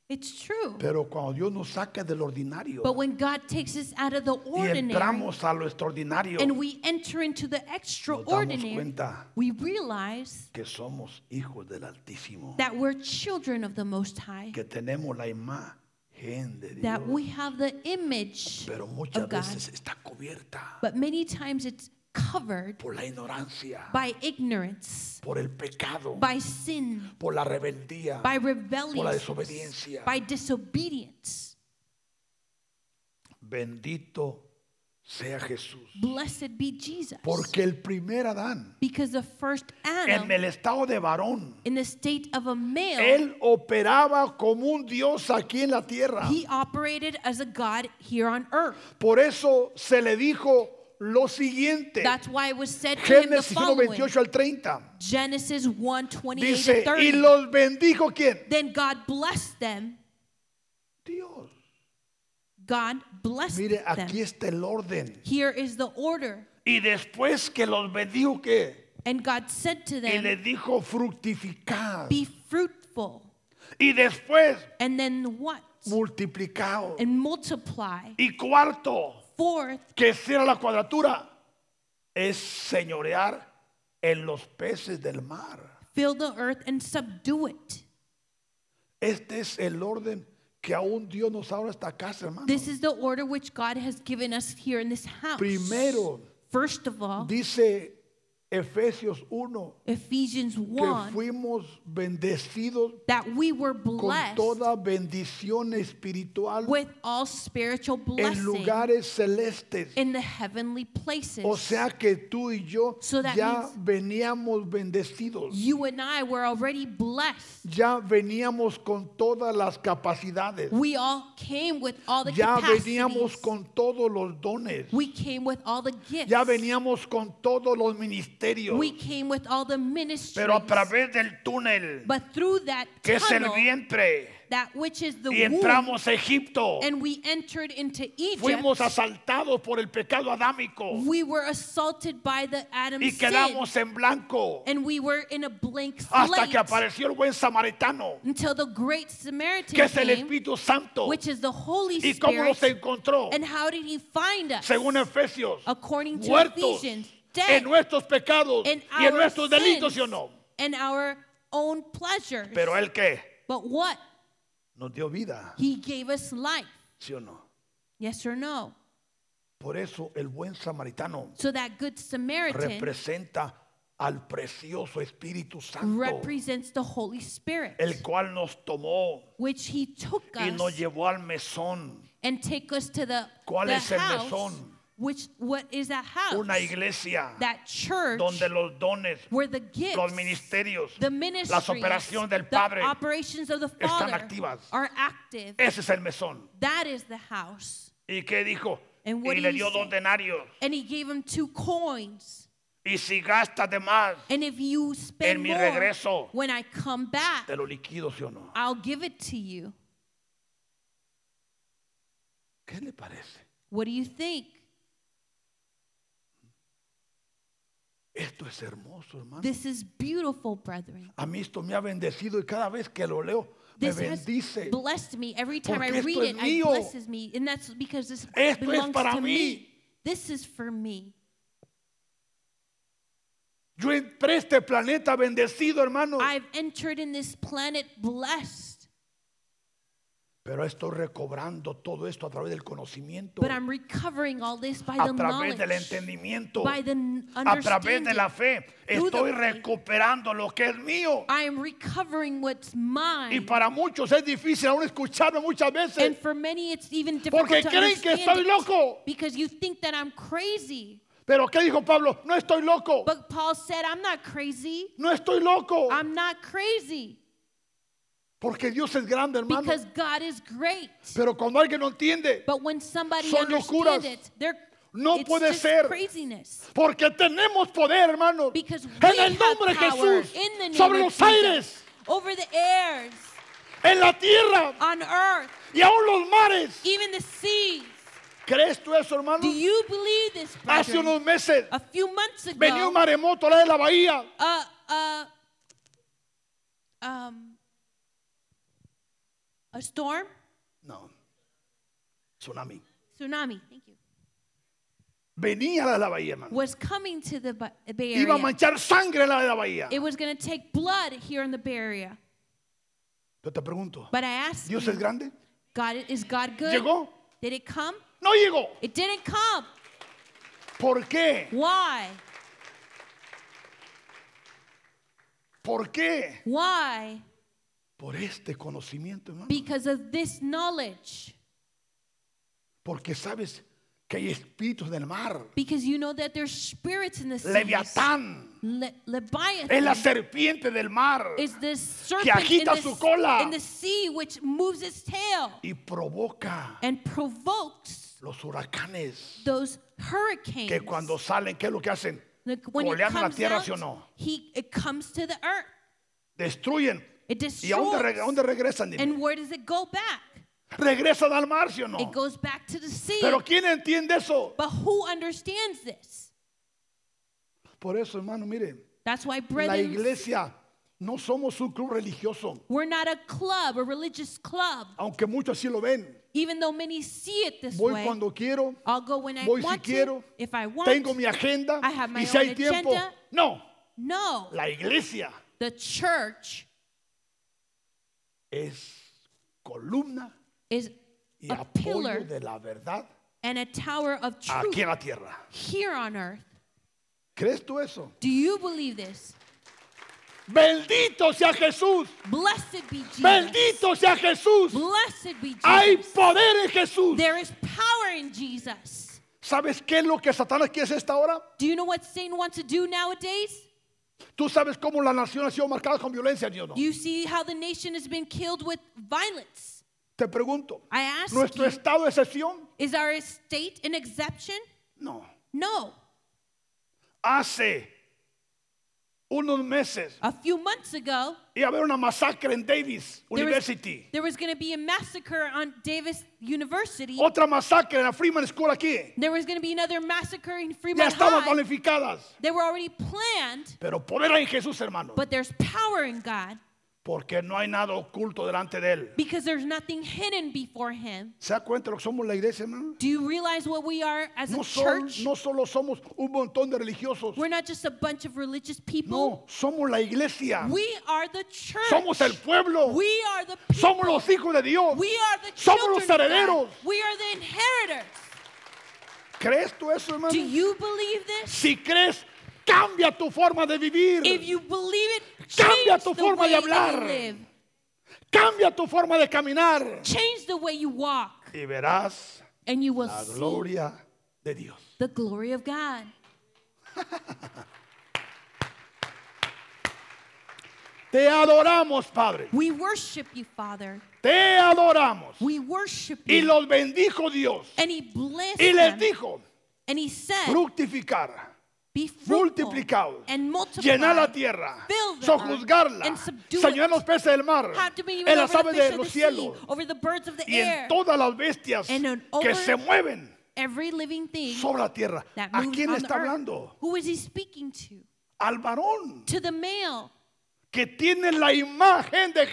[SPEAKER 2] It's true.
[SPEAKER 1] pero cuando Dios nos saca del ordinario
[SPEAKER 2] But when God takes us out of the
[SPEAKER 1] y
[SPEAKER 2] ordinary
[SPEAKER 1] entramos a lo extraordinario,
[SPEAKER 2] and we enter into the
[SPEAKER 1] nos damos
[SPEAKER 2] extraordinary,
[SPEAKER 1] cuenta
[SPEAKER 2] we realize
[SPEAKER 1] que somos hijos del Altísimo.
[SPEAKER 2] that we're children of the Most High.
[SPEAKER 1] que tenemos la imagen de Dios,
[SPEAKER 2] that we have the image
[SPEAKER 1] pero
[SPEAKER 2] of
[SPEAKER 1] muchas
[SPEAKER 2] God.
[SPEAKER 1] veces está cubierta
[SPEAKER 2] But many times it's covered
[SPEAKER 1] por la ignorancia,
[SPEAKER 2] by ignorance,
[SPEAKER 1] por el pecado,
[SPEAKER 2] by sin,
[SPEAKER 1] por la rebeldía.
[SPEAKER 2] by rebellion,
[SPEAKER 1] desobediencia.
[SPEAKER 2] by disobedience.
[SPEAKER 1] Bendito sea Jesús.
[SPEAKER 2] Blessed be Jesus.
[SPEAKER 1] Porque el primer Adán,
[SPEAKER 2] Because the first
[SPEAKER 1] en
[SPEAKER 2] Adam,
[SPEAKER 1] el estado de varón,
[SPEAKER 2] in the state of a male,
[SPEAKER 1] él operaba como un Dios aquí en la tierra.
[SPEAKER 2] he operated as a God here on earth.
[SPEAKER 1] Por eso se le dijo lo siguiente,
[SPEAKER 2] That's why it was said to him the
[SPEAKER 1] Génesis 1,
[SPEAKER 2] following
[SPEAKER 1] 28 al 30.
[SPEAKER 2] Genesis 1 28
[SPEAKER 1] Dice, y
[SPEAKER 2] 30.
[SPEAKER 1] los bendijo quién?
[SPEAKER 2] Then God blessed them.
[SPEAKER 1] Dios.
[SPEAKER 2] God blessed
[SPEAKER 1] Mire,
[SPEAKER 2] them.
[SPEAKER 1] aquí está el orden.
[SPEAKER 2] Here is the order.
[SPEAKER 1] Y después que los bendijo, ¿qué?
[SPEAKER 2] And God said to
[SPEAKER 1] y les
[SPEAKER 2] them,
[SPEAKER 1] dijo fructificad
[SPEAKER 2] Be fruitful,
[SPEAKER 1] y después
[SPEAKER 2] and then what?
[SPEAKER 1] multiplicaos.
[SPEAKER 2] And multiply.
[SPEAKER 1] Y cuarto,
[SPEAKER 2] Fourth,
[SPEAKER 1] que cierra la cuadratura es señorear en los peces del mar.
[SPEAKER 2] fill the earth and subdue it.
[SPEAKER 1] Este es el orden que aún Dios nos habla hasta acá, hermano.
[SPEAKER 2] This is the order which God has given us here in this house.
[SPEAKER 1] Primero,
[SPEAKER 2] First of all,
[SPEAKER 1] dice Efesios 1
[SPEAKER 2] Ephesians
[SPEAKER 1] que
[SPEAKER 2] 1
[SPEAKER 1] fuimos bendecidos
[SPEAKER 2] that we were
[SPEAKER 1] con
[SPEAKER 2] blessed
[SPEAKER 1] toda bendición espiritual
[SPEAKER 2] with all spiritual
[SPEAKER 1] en
[SPEAKER 2] blessings
[SPEAKER 1] lugares celestes.
[SPEAKER 2] in the heavenly places.
[SPEAKER 1] O sea que tú y yo
[SPEAKER 2] So that
[SPEAKER 1] ya
[SPEAKER 2] means-
[SPEAKER 1] veníamos bendecidos.
[SPEAKER 2] you and I were already blessed.
[SPEAKER 1] Ya veníamos con todas las capacidades.
[SPEAKER 2] We all came with all the
[SPEAKER 1] Ya veníamos
[SPEAKER 2] capacities.
[SPEAKER 1] con todos los dones.
[SPEAKER 2] we came with all the gifts.
[SPEAKER 1] Ya veníamos con todos los ministerios.
[SPEAKER 2] we came with all the ministries.
[SPEAKER 1] Pero a través del túnel,
[SPEAKER 2] but through that
[SPEAKER 1] que es el
[SPEAKER 2] tunnel,
[SPEAKER 1] vientre,
[SPEAKER 2] that which is the
[SPEAKER 1] y
[SPEAKER 2] womb,
[SPEAKER 1] entramos a Egipto,
[SPEAKER 2] and we entered into
[SPEAKER 1] fuimos
[SPEAKER 2] Egypt.
[SPEAKER 1] asaltados por el pecado adámico
[SPEAKER 2] We were assaulted by the Adam
[SPEAKER 1] y
[SPEAKER 2] sin,
[SPEAKER 1] quedamos en blanco
[SPEAKER 2] and we were in a blank
[SPEAKER 1] hasta que
[SPEAKER 2] slate
[SPEAKER 1] apareció el buen samaritano,
[SPEAKER 2] until the great Samaritan
[SPEAKER 1] que es el
[SPEAKER 2] came,
[SPEAKER 1] Espíritu Santo.
[SPEAKER 2] which is the Holy
[SPEAKER 1] ¿Y cómo
[SPEAKER 2] Spirit.
[SPEAKER 1] los encontró?
[SPEAKER 2] And how did he find us?
[SPEAKER 1] Según Efesios,
[SPEAKER 2] According to
[SPEAKER 1] muertos
[SPEAKER 2] Ephesians,
[SPEAKER 1] en
[SPEAKER 2] dead
[SPEAKER 1] nuestros pecados
[SPEAKER 2] in
[SPEAKER 1] y en
[SPEAKER 2] our
[SPEAKER 1] nuestros delitos, ¿sí o
[SPEAKER 2] sins
[SPEAKER 1] no?
[SPEAKER 2] and our own pleasures.
[SPEAKER 1] Pero él qué?
[SPEAKER 2] but what?
[SPEAKER 1] Nos dio vida,
[SPEAKER 2] He gave us life.
[SPEAKER 1] ¿sí o no?
[SPEAKER 2] Yes or no?
[SPEAKER 1] Por eso el buen samaritano
[SPEAKER 2] So that good Samaritan
[SPEAKER 1] representa al precioso Espíritu Santo,
[SPEAKER 2] represents the Holy Spirit,
[SPEAKER 1] el cual nos tomó
[SPEAKER 2] which he took
[SPEAKER 1] y nos
[SPEAKER 2] us
[SPEAKER 1] llevó al mesón,
[SPEAKER 2] and take us to the,
[SPEAKER 1] ¿Cuál
[SPEAKER 2] the
[SPEAKER 1] es el
[SPEAKER 2] house,
[SPEAKER 1] mesón?
[SPEAKER 2] which what is that house?
[SPEAKER 1] una iglesia
[SPEAKER 2] that church
[SPEAKER 1] donde los dones,
[SPEAKER 2] where the gifts,
[SPEAKER 1] los ministerios,
[SPEAKER 2] the ministries,
[SPEAKER 1] las operaciones del
[SPEAKER 2] the
[SPEAKER 1] Padre,
[SPEAKER 2] operations of the Father
[SPEAKER 1] activas.
[SPEAKER 2] are active.
[SPEAKER 1] ese es el mesón.
[SPEAKER 2] That is the house.
[SPEAKER 1] ¿Y qué dijo?
[SPEAKER 2] And
[SPEAKER 1] Y
[SPEAKER 2] what did
[SPEAKER 1] le
[SPEAKER 2] he
[SPEAKER 1] dio
[SPEAKER 2] say?
[SPEAKER 1] dos denarios.
[SPEAKER 2] And he gave him two coins.
[SPEAKER 1] Y si gastas de más,
[SPEAKER 2] And if you spend
[SPEAKER 1] mi
[SPEAKER 2] more,
[SPEAKER 1] regreso,
[SPEAKER 2] when I come back,
[SPEAKER 1] te lo liquido, ¿sí o no?
[SPEAKER 2] I'll give it to you.
[SPEAKER 1] ¿Qué le parece?
[SPEAKER 2] What do you think?
[SPEAKER 1] Esto es hermoso, hermano.
[SPEAKER 2] This is beautiful, brethren.
[SPEAKER 1] A mí esto me ha bendecido y cada vez que lo leo, me
[SPEAKER 2] This has
[SPEAKER 1] bendice.
[SPEAKER 2] blessed me. Every time I
[SPEAKER 1] Porque esto
[SPEAKER 2] read
[SPEAKER 1] es
[SPEAKER 2] it,
[SPEAKER 1] mío.
[SPEAKER 2] it blesses me. And that's because this
[SPEAKER 1] Esto es
[SPEAKER 2] belongs
[SPEAKER 1] para
[SPEAKER 2] to
[SPEAKER 1] mí.
[SPEAKER 2] me. This is for me.
[SPEAKER 1] Yo entré a este planeta bendecido, hermano.
[SPEAKER 2] I've entered in this planet blessed,
[SPEAKER 1] Pero estoy recobrando todo esto a través del conocimiento,
[SPEAKER 2] but I'm recovering all this by
[SPEAKER 1] a
[SPEAKER 2] the
[SPEAKER 1] través
[SPEAKER 2] knowledge,
[SPEAKER 1] del entendimiento,
[SPEAKER 2] by the n-
[SPEAKER 1] a través de
[SPEAKER 2] understanding.
[SPEAKER 1] la fe.
[SPEAKER 2] through the
[SPEAKER 1] Estoy
[SPEAKER 2] faith.
[SPEAKER 1] recuperando lo que es mío.
[SPEAKER 2] I am recovering what's mine.
[SPEAKER 1] Y para muchos es difícil aún escucharlo muchas
[SPEAKER 2] And
[SPEAKER 1] veces.
[SPEAKER 2] for many, it's even difficult
[SPEAKER 1] Porque
[SPEAKER 2] to
[SPEAKER 1] creen que estoy
[SPEAKER 2] understand it
[SPEAKER 1] loco.
[SPEAKER 2] because you think that I'm crazy.
[SPEAKER 1] Pero ¿qué dijo Pablo? No estoy loco.
[SPEAKER 2] But Paul said, "I'm not crazy.
[SPEAKER 1] No estoy loco.
[SPEAKER 2] I'm not crazy
[SPEAKER 1] Porque Dios es grande, hermano.
[SPEAKER 2] because God is great."
[SPEAKER 1] Pero cuando alguien no entiende,
[SPEAKER 2] But when somebody
[SPEAKER 1] Son locuras.
[SPEAKER 2] understands it, they're
[SPEAKER 1] No
[SPEAKER 2] it's
[SPEAKER 1] puede
[SPEAKER 2] just
[SPEAKER 1] ser.
[SPEAKER 2] craziness.
[SPEAKER 1] Porque tenemos poder, hermanos.
[SPEAKER 2] Because we
[SPEAKER 1] En el
[SPEAKER 2] have
[SPEAKER 1] nombre de
[SPEAKER 2] power
[SPEAKER 1] Jesús.
[SPEAKER 2] in the name
[SPEAKER 1] Sobre
[SPEAKER 2] of
[SPEAKER 1] los
[SPEAKER 2] Jesus,
[SPEAKER 1] aires.
[SPEAKER 2] over the airs,
[SPEAKER 1] En la tierra.
[SPEAKER 2] on earth,
[SPEAKER 1] Y aún los mares.
[SPEAKER 2] even the seas.
[SPEAKER 1] ¿Crees tú eso, hermano?
[SPEAKER 2] Do you Uh, believe this,
[SPEAKER 1] Hace
[SPEAKER 2] brethren?
[SPEAKER 1] unos meses
[SPEAKER 2] A few months ago,
[SPEAKER 1] venía un maremoto la de la bahía.
[SPEAKER 2] uh, uh, um, a storm,
[SPEAKER 1] No. Tsunami.
[SPEAKER 2] tsunami, thank you,
[SPEAKER 1] Venía la de la bahía, hermano.
[SPEAKER 2] was coming to the Ba- Bay
[SPEAKER 1] Iba a
[SPEAKER 2] Area.
[SPEAKER 1] manchar sangre la de la bahía.
[SPEAKER 2] It was going to take blood here in the Bay Area.
[SPEAKER 1] Yo te pregunto,
[SPEAKER 2] But I asked
[SPEAKER 1] ¿Dios
[SPEAKER 2] you,
[SPEAKER 1] es grande?
[SPEAKER 2] God, is God good?
[SPEAKER 1] ¿Llegó?
[SPEAKER 2] Did it come?
[SPEAKER 1] No llegó.
[SPEAKER 2] It didn't come.
[SPEAKER 1] ¿Por qué?
[SPEAKER 2] Why?
[SPEAKER 1] ¿Por qué?
[SPEAKER 2] Why?
[SPEAKER 1] Por este conocimiento, hermano.
[SPEAKER 2] Because of this knowledge.
[SPEAKER 1] Porque sabes que hay espíritus del mar.
[SPEAKER 2] Because you know that there's spirits in the sea.
[SPEAKER 1] Leviatán
[SPEAKER 2] Le-
[SPEAKER 1] es la
[SPEAKER 2] Leviathan
[SPEAKER 1] serpiente del mar
[SPEAKER 2] is this serpent in
[SPEAKER 1] agita
[SPEAKER 2] the,
[SPEAKER 1] su
[SPEAKER 2] s-
[SPEAKER 1] cola.
[SPEAKER 2] in the sea which moves its tail
[SPEAKER 1] y provoca
[SPEAKER 2] and provokes
[SPEAKER 1] los huracanes
[SPEAKER 2] those hurricanes.
[SPEAKER 1] que cuando salen, ¿qué es lo que hacen?
[SPEAKER 2] Like, when it
[SPEAKER 1] colean la
[SPEAKER 2] comes
[SPEAKER 1] tierra,
[SPEAKER 2] out,
[SPEAKER 1] ¿sí o no?
[SPEAKER 2] he, it comes to the earth.
[SPEAKER 1] Destruyen.
[SPEAKER 2] It
[SPEAKER 1] ¿Y a dónde, reg- a
[SPEAKER 2] destroys.
[SPEAKER 1] dónde regresan? dime?
[SPEAKER 2] And where does it go back?
[SPEAKER 1] Regresan al mar, ¿sí o no?
[SPEAKER 2] It goes back to the sea.
[SPEAKER 1] Pero ¿quién entiende eso?
[SPEAKER 2] But who understands this?
[SPEAKER 1] Por eso, hermano, mire,
[SPEAKER 2] That's why,
[SPEAKER 1] La
[SPEAKER 2] brethren,
[SPEAKER 1] iglesia no somos un club religioso,
[SPEAKER 2] we're not a club, a religious club,
[SPEAKER 1] aunque muchos así lo ven.
[SPEAKER 2] even though many see it this
[SPEAKER 1] Voy
[SPEAKER 2] way.
[SPEAKER 1] cuando quiero,
[SPEAKER 2] I'll go when I
[SPEAKER 1] voy si
[SPEAKER 2] want
[SPEAKER 1] quiero,
[SPEAKER 2] to, if I want.
[SPEAKER 1] tengo mi agenda
[SPEAKER 2] I have my
[SPEAKER 1] y si hay
[SPEAKER 2] own
[SPEAKER 1] tiempo.
[SPEAKER 2] agenda.
[SPEAKER 1] No,
[SPEAKER 2] No,
[SPEAKER 1] la iglesia
[SPEAKER 2] the church
[SPEAKER 1] es columna
[SPEAKER 2] is
[SPEAKER 1] y
[SPEAKER 2] a
[SPEAKER 1] apoyo
[SPEAKER 2] pillar
[SPEAKER 1] de la verdad
[SPEAKER 2] and a tower of truth
[SPEAKER 1] aquí en la tierra.
[SPEAKER 2] here on earth.
[SPEAKER 1] ¿Crees tú eso?
[SPEAKER 2] Do you believe this?
[SPEAKER 1] Bendito sea Jesús.
[SPEAKER 2] Blessed be Jesus.
[SPEAKER 1] Bendito sea Jesús.
[SPEAKER 2] Blessed be Jesus.
[SPEAKER 1] Hay poder en Jesús.
[SPEAKER 2] There is power in Jesus.
[SPEAKER 1] ¿Sabes qué es lo que Satanás quiere hacer esta hora?
[SPEAKER 2] Do you know what Satan wants to do nowadays?
[SPEAKER 1] Tú sabes cómo la nación ha sido marcada con violencia, Dios no.
[SPEAKER 2] You see how the nation has been killed with violence.
[SPEAKER 1] Te pregunto,
[SPEAKER 2] I ask
[SPEAKER 1] ¿nuestro
[SPEAKER 2] you,
[SPEAKER 1] estado de excepción?
[SPEAKER 2] is our estate an exception?
[SPEAKER 1] No.
[SPEAKER 2] No.
[SPEAKER 1] Hace unos meses
[SPEAKER 2] A few months ago,
[SPEAKER 1] iba a haber una masacre en Davis
[SPEAKER 2] there was,
[SPEAKER 1] University.
[SPEAKER 2] there was going to be a massacre on Davis University.
[SPEAKER 1] Otra masacre en la Freeman School aquí.
[SPEAKER 2] There was going to be another massacre in
[SPEAKER 1] Ya
[SPEAKER 2] Fremont
[SPEAKER 1] estaban
[SPEAKER 2] High.
[SPEAKER 1] planificadas.
[SPEAKER 2] They were already planned,
[SPEAKER 1] Pero poder hay en Jesús, hermano.
[SPEAKER 2] but there's power in God
[SPEAKER 1] Porque no hay nada oculto delante de Él.
[SPEAKER 2] because there's nothing hidden before Him.
[SPEAKER 1] ¿Se da cuenta lo que somos la iglesia, hermano?
[SPEAKER 2] Do you realize what we are as a
[SPEAKER 1] No, sol-
[SPEAKER 2] church?
[SPEAKER 1] no solo somos un montón de religiosos.
[SPEAKER 2] We're not just a bunch of religious people.
[SPEAKER 1] No, somos la iglesia.
[SPEAKER 2] We are the church.
[SPEAKER 1] Somos el pueblo.
[SPEAKER 2] We are the people.
[SPEAKER 1] Somos los hijos de Dios.
[SPEAKER 2] We are the
[SPEAKER 1] Somos
[SPEAKER 2] children
[SPEAKER 1] los
[SPEAKER 2] of God.
[SPEAKER 1] herederos.
[SPEAKER 2] We are the inheritors.
[SPEAKER 1] ¿Crees tú eso, hermano?
[SPEAKER 2] Do you believe this?
[SPEAKER 1] Si crees, cambia tu forma de vivir.
[SPEAKER 2] If you believe it,
[SPEAKER 1] Cambia
[SPEAKER 2] change
[SPEAKER 1] tu
[SPEAKER 2] the
[SPEAKER 1] forma
[SPEAKER 2] way
[SPEAKER 1] de
[SPEAKER 2] that you
[SPEAKER 1] hablar.
[SPEAKER 2] live.
[SPEAKER 1] Cambia tu forma de caminar.
[SPEAKER 2] Change the way you walk,
[SPEAKER 1] Y verás
[SPEAKER 2] and you will
[SPEAKER 1] la
[SPEAKER 2] see
[SPEAKER 1] gloria de Dios.
[SPEAKER 2] the glory of God.
[SPEAKER 1] Te adoramos, Padre.
[SPEAKER 2] We worship you, Father.
[SPEAKER 1] Te adoramos.
[SPEAKER 2] We worship
[SPEAKER 1] Y
[SPEAKER 2] you.
[SPEAKER 1] los bendijo Dios.
[SPEAKER 2] And he blessed
[SPEAKER 1] Y les
[SPEAKER 2] them.
[SPEAKER 1] dijo,
[SPEAKER 2] And he said,
[SPEAKER 1] fructificar,
[SPEAKER 2] Be fruitful
[SPEAKER 1] multiplicaos,
[SPEAKER 2] and multiply.
[SPEAKER 1] llenar la tierra,
[SPEAKER 2] fill the earth
[SPEAKER 1] sojuzgarla,
[SPEAKER 2] and subdue
[SPEAKER 1] señalar
[SPEAKER 2] it.
[SPEAKER 1] los peces del mar,
[SPEAKER 2] Have dominion
[SPEAKER 1] en
[SPEAKER 2] over
[SPEAKER 1] las
[SPEAKER 2] the
[SPEAKER 1] aves
[SPEAKER 2] fish
[SPEAKER 1] de
[SPEAKER 2] of the
[SPEAKER 1] los
[SPEAKER 2] sea,
[SPEAKER 1] cielos
[SPEAKER 2] over the birds of the
[SPEAKER 1] y en
[SPEAKER 2] air,
[SPEAKER 1] todas las bestias
[SPEAKER 2] and on
[SPEAKER 1] que
[SPEAKER 2] over-
[SPEAKER 1] se mueven
[SPEAKER 2] every living thing
[SPEAKER 1] sobre la tierra.
[SPEAKER 2] that
[SPEAKER 1] ¿A
[SPEAKER 2] moves
[SPEAKER 1] quién
[SPEAKER 2] on the
[SPEAKER 1] está
[SPEAKER 2] earth.
[SPEAKER 1] hablando?
[SPEAKER 2] Who is he speaking to?
[SPEAKER 1] Al varón
[SPEAKER 2] To the male
[SPEAKER 1] que tiene la imagen de
[SPEAKER 2] who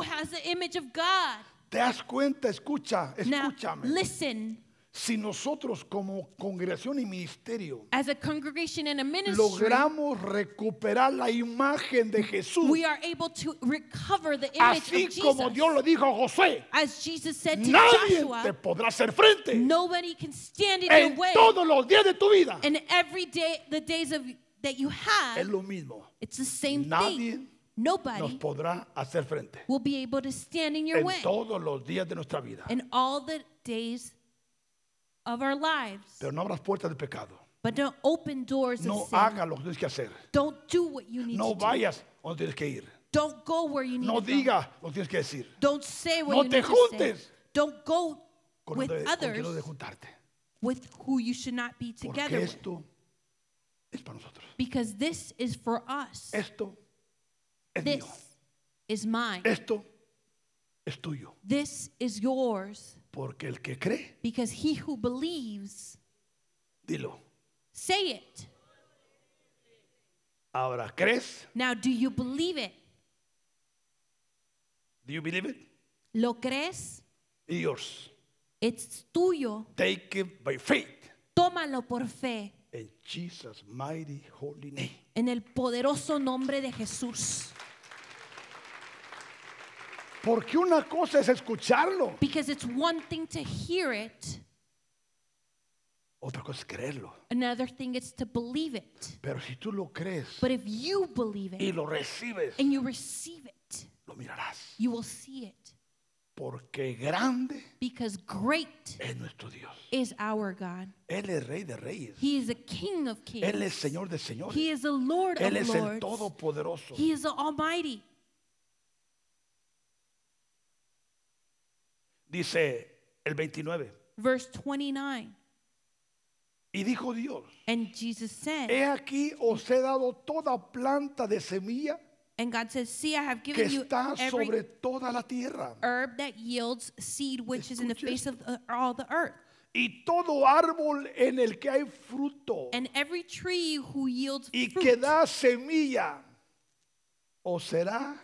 [SPEAKER 1] Jesús.
[SPEAKER 2] has the image of God.
[SPEAKER 1] ¿Te das cuenta? Escucha,
[SPEAKER 2] Now,
[SPEAKER 1] escúchame.
[SPEAKER 2] listen,
[SPEAKER 1] Si nosotros como congregación y ministerio
[SPEAKER 2] as a congregation and a ministry,
[SPEAKER 1] logramos recuperar la imagen de Jesús,
[SPEAKER 2] we are able to recover the image
[SPEAKER 1] así
[SPEAKER 2] of Jesus.
[SPEAKER 1] como Dios lo dijo a Josué,
[SPEAKER 2] as Jesus said to
[SPEAKER 1] nadie te
[SPEAKER 2] Joshua,
[SPEAKER 1] podrá hacer frente
[SPEAKER 2] nobody can stand in your
[SPEAKER 1] en
[SPEAKER 2] way.
[SPEAKER 1] todos los días de tu vida.
[SPEAKER 2] And every day, the days of that you
[SPEAKER 1] Es
[SPEAKER 2] have,
[SPEAKER 1] lo mismo.
[SPEAKER 2] it's the same
[SPEAKER 1] Nadie
[SPEAKER 2] thing.
[SPEAKER 1] nos
[SPEAKER 2] Nobody
[SPEAKER 1] podrá hacer frente
[SPEAKER 2] will be able to stand in your way
[SPEAKER 1] en todos los días de nuestra vida.
[SPEAKER 2] in all the days of our lives.
[SPEAKER 1] Pero no abras puertas de pecado.
[SPEAKER 2] But don't open doors
[SPEAKER 1] No
[SPEAKER 2] of sin.
[SPEAKER 1] hagas lo que tienes que hacer.
[SPEAKER 2] Don't do what you need
[SPEAKER 1] No
[SPEAKER 2] to do.
[SPEAKER 1] vayas donde tienes que ir.
[SPEAKER 2] Don't go where you need
[SPEAKER 1] No
[SPEAKER 2] to
[SPEAKER 1] digas lo que tienes que decir.
[SPEAKER 2] go. Don't say what
[SPEAKER 1] No
[SPEAKER 2] you
[SPEAKER 1] te
[SPEAKER 2] need to
[SPEAKER 1] juntes
[SPEAKER 2] say. Don't go
[SPEAKER 1] Con,
[SPEAKER 2] with
[SPEAKER 1] donde- con quien no de
[SPEAKER 2] others
[SPEAKER 1] juntarte.
[SPEAKER 2] with who you should not be together
[SPEAKER 1] Porque
[SPEAKER 2] with.
[SPEAKER 1] esto es para nosotros.
[SPEAKER 2] Because this is for us.
[SPEAKER 1] Esto es
[SPEAKER 2] This
[SPEAKER 1] mío.
[SPEAKER 2] is mine.
[SPEAKER 1] Esto es tuyo.
[SPEAKER 2] This is yours.
[SPEAKER 1] Porque el que cree,
[SPEAKER 2] Because he who believes,
[SPEAKER 1] dilo.
[SPEAKER 2] say it.
[SPEAKER 1] Ahora, ¿crees?
[SPEAKER 2] Now, do you believe it?
[SPEAKER 1] Do you believe it?
[SPEAKER 2] ¿Lo crees?
[SPEAKER 1] Yours.
[SPEAKER 2] It's tuyo.
[SPEAKER 1] Take it by faith.
[SPEAKER 2] Tómalo por fe
[SPEAKER 1] In Jesus' mighty holy name.
[SPEAKER 2] en el poderoso nombre de Jesús.
[SPEAKER 1] Porque una cosa es escucharlo,
[SPEAKER 2] Because it's one thing to hear it,
[SPEAKER 1] otra cosa es creerlo.
[SPEAKER 2] another thing is to believe it.
[SPEAKER 1] Pero si tú lo crees
[SPEAKER 2] But if you believe
[SPEAKER 1] y
[SPEAKER 2] it
[SPEAKER 1] lo recibes,
[SPEAKER 2] and you receive it,
[SPEAKER 1] lo mirarás.
[SPEAKER 2] you will see it.
[SPEAKER 1] Porque grande
[SPEAKER 2] Because great
[SPEAKER 1] es nuestro Dios.
[SPEAKER 2] is our God.
[SPEAKER 1] Él es Rey de Reyes.
[SPEAKER 2] He is the King of
[SPEAKER 1] Él
[SPEAKER 2] kings,
[SPEAKER 1] es Señor de Señores.
[SPEAKER 2] He is the Lord
[SPEAKER 1] Él
[SPEAKER 2] of
[SPEAKER 1] es el
[SPEAKER 2] lords,
[SPEAKER 1] Todopoderoso.
[SPEAKER 2] He is the Almighty.
[SPEAKER 1] Dice el 29.
[SPEAKER 2] Verse 29.
[SPEAKER 1] Y dijo Dios,
[SPEAKER 2] And Jesus said,
[SPEAKER 1] he aquí os he dado toda planta de semilla
[SPEAKER 2] and God says, See, I have
[SPEAKER 1] que
[SPEAKER 2] given you
[SPEAKER 1] está sobre
[SPEAKER 2] every
[SPEAKER 1] toda la tierra.
[SPEAKER 2] herb that yields seed which is in the
[SPEAKER 1] Escuche
[SPEAKER 2] face of the- all the earth.
[SPEAKER 1] y todo árbol en el que hay fruto
[SPEAKER 2] and every tree who yields
[SPEAKER 1] y que
[SPEAKER 2] fruit
[SPEAKER 1] da semilla o será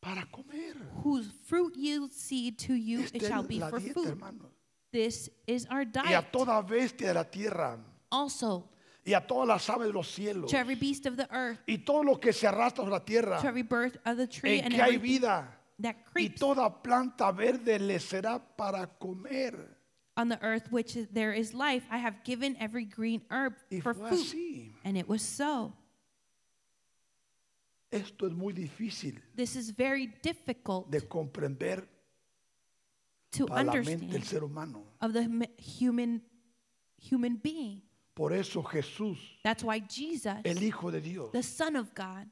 [SPEAKER 1] para comer.
[SPEAKER 2] whose fruit yields seed to you it
[SPEAKER 1] Esta
[SPEAKER 2] shall
[SPEAKER 1] es
[SPEAKER 2] be
[SPEAKER 1] la
[SPEAKER 2] for
[SPEAKER 1] dieta,
[SPEAKER 2] food
[SPEAKER 1] hermano.
[SPEAKER 2] this is our
[SPEAKER 1] Y
[SPEAKER 2] diet
[SPEAKER 1] a toda bestia de la tierra
[SPEAKER 2] also
[SPEAKER 1] y a todas las aves de los cielos
[SPEAKER 2] to every beast of the earth
[SPEAKER 1] y todo lo que se arrastra sobre la tierra
[SPEAKER 2] to every birth of the tree
[SPEAKER 1] Ah. en
[SPEAKER 2] and
[SPEAKER 1] que hay
[SPEAKER 2] everything
[SPEAKER 1] vida
[SPEAKER 2] that
[SPEAKER 1] y
[SPEAKER 2] creeps
[SPEAKER 1] toda planta verde le será para comer.
[SPEAKER 2] on the earth which is- there is life i have given every green herb
[SPEAKER 1] Y
[SPEAKER 2] for
[SPEAKER 1] fue
[SPEAKER 2] food
[SPEAKER 1] así.
[SPEAKER 2] and it was so
[SPEAKER 1] Esto es muy difícil
[SPEAKER 2] this is very difficult
[SPEAKER 1] de comprender
[SPEAKER 2] to
[SPEAKER 1] para la mente del
[SPEAKER 2] understand
[SPEAKER 1] ser humano.
[SPEAKER 2] of the hum- human human being
[SPEAKER 1] Por eso Jesús,
[SPEAKER 2] that's why jesus
[SPEAKER 1] el Hijo de Dios,
[SPEAKER 2] the son of god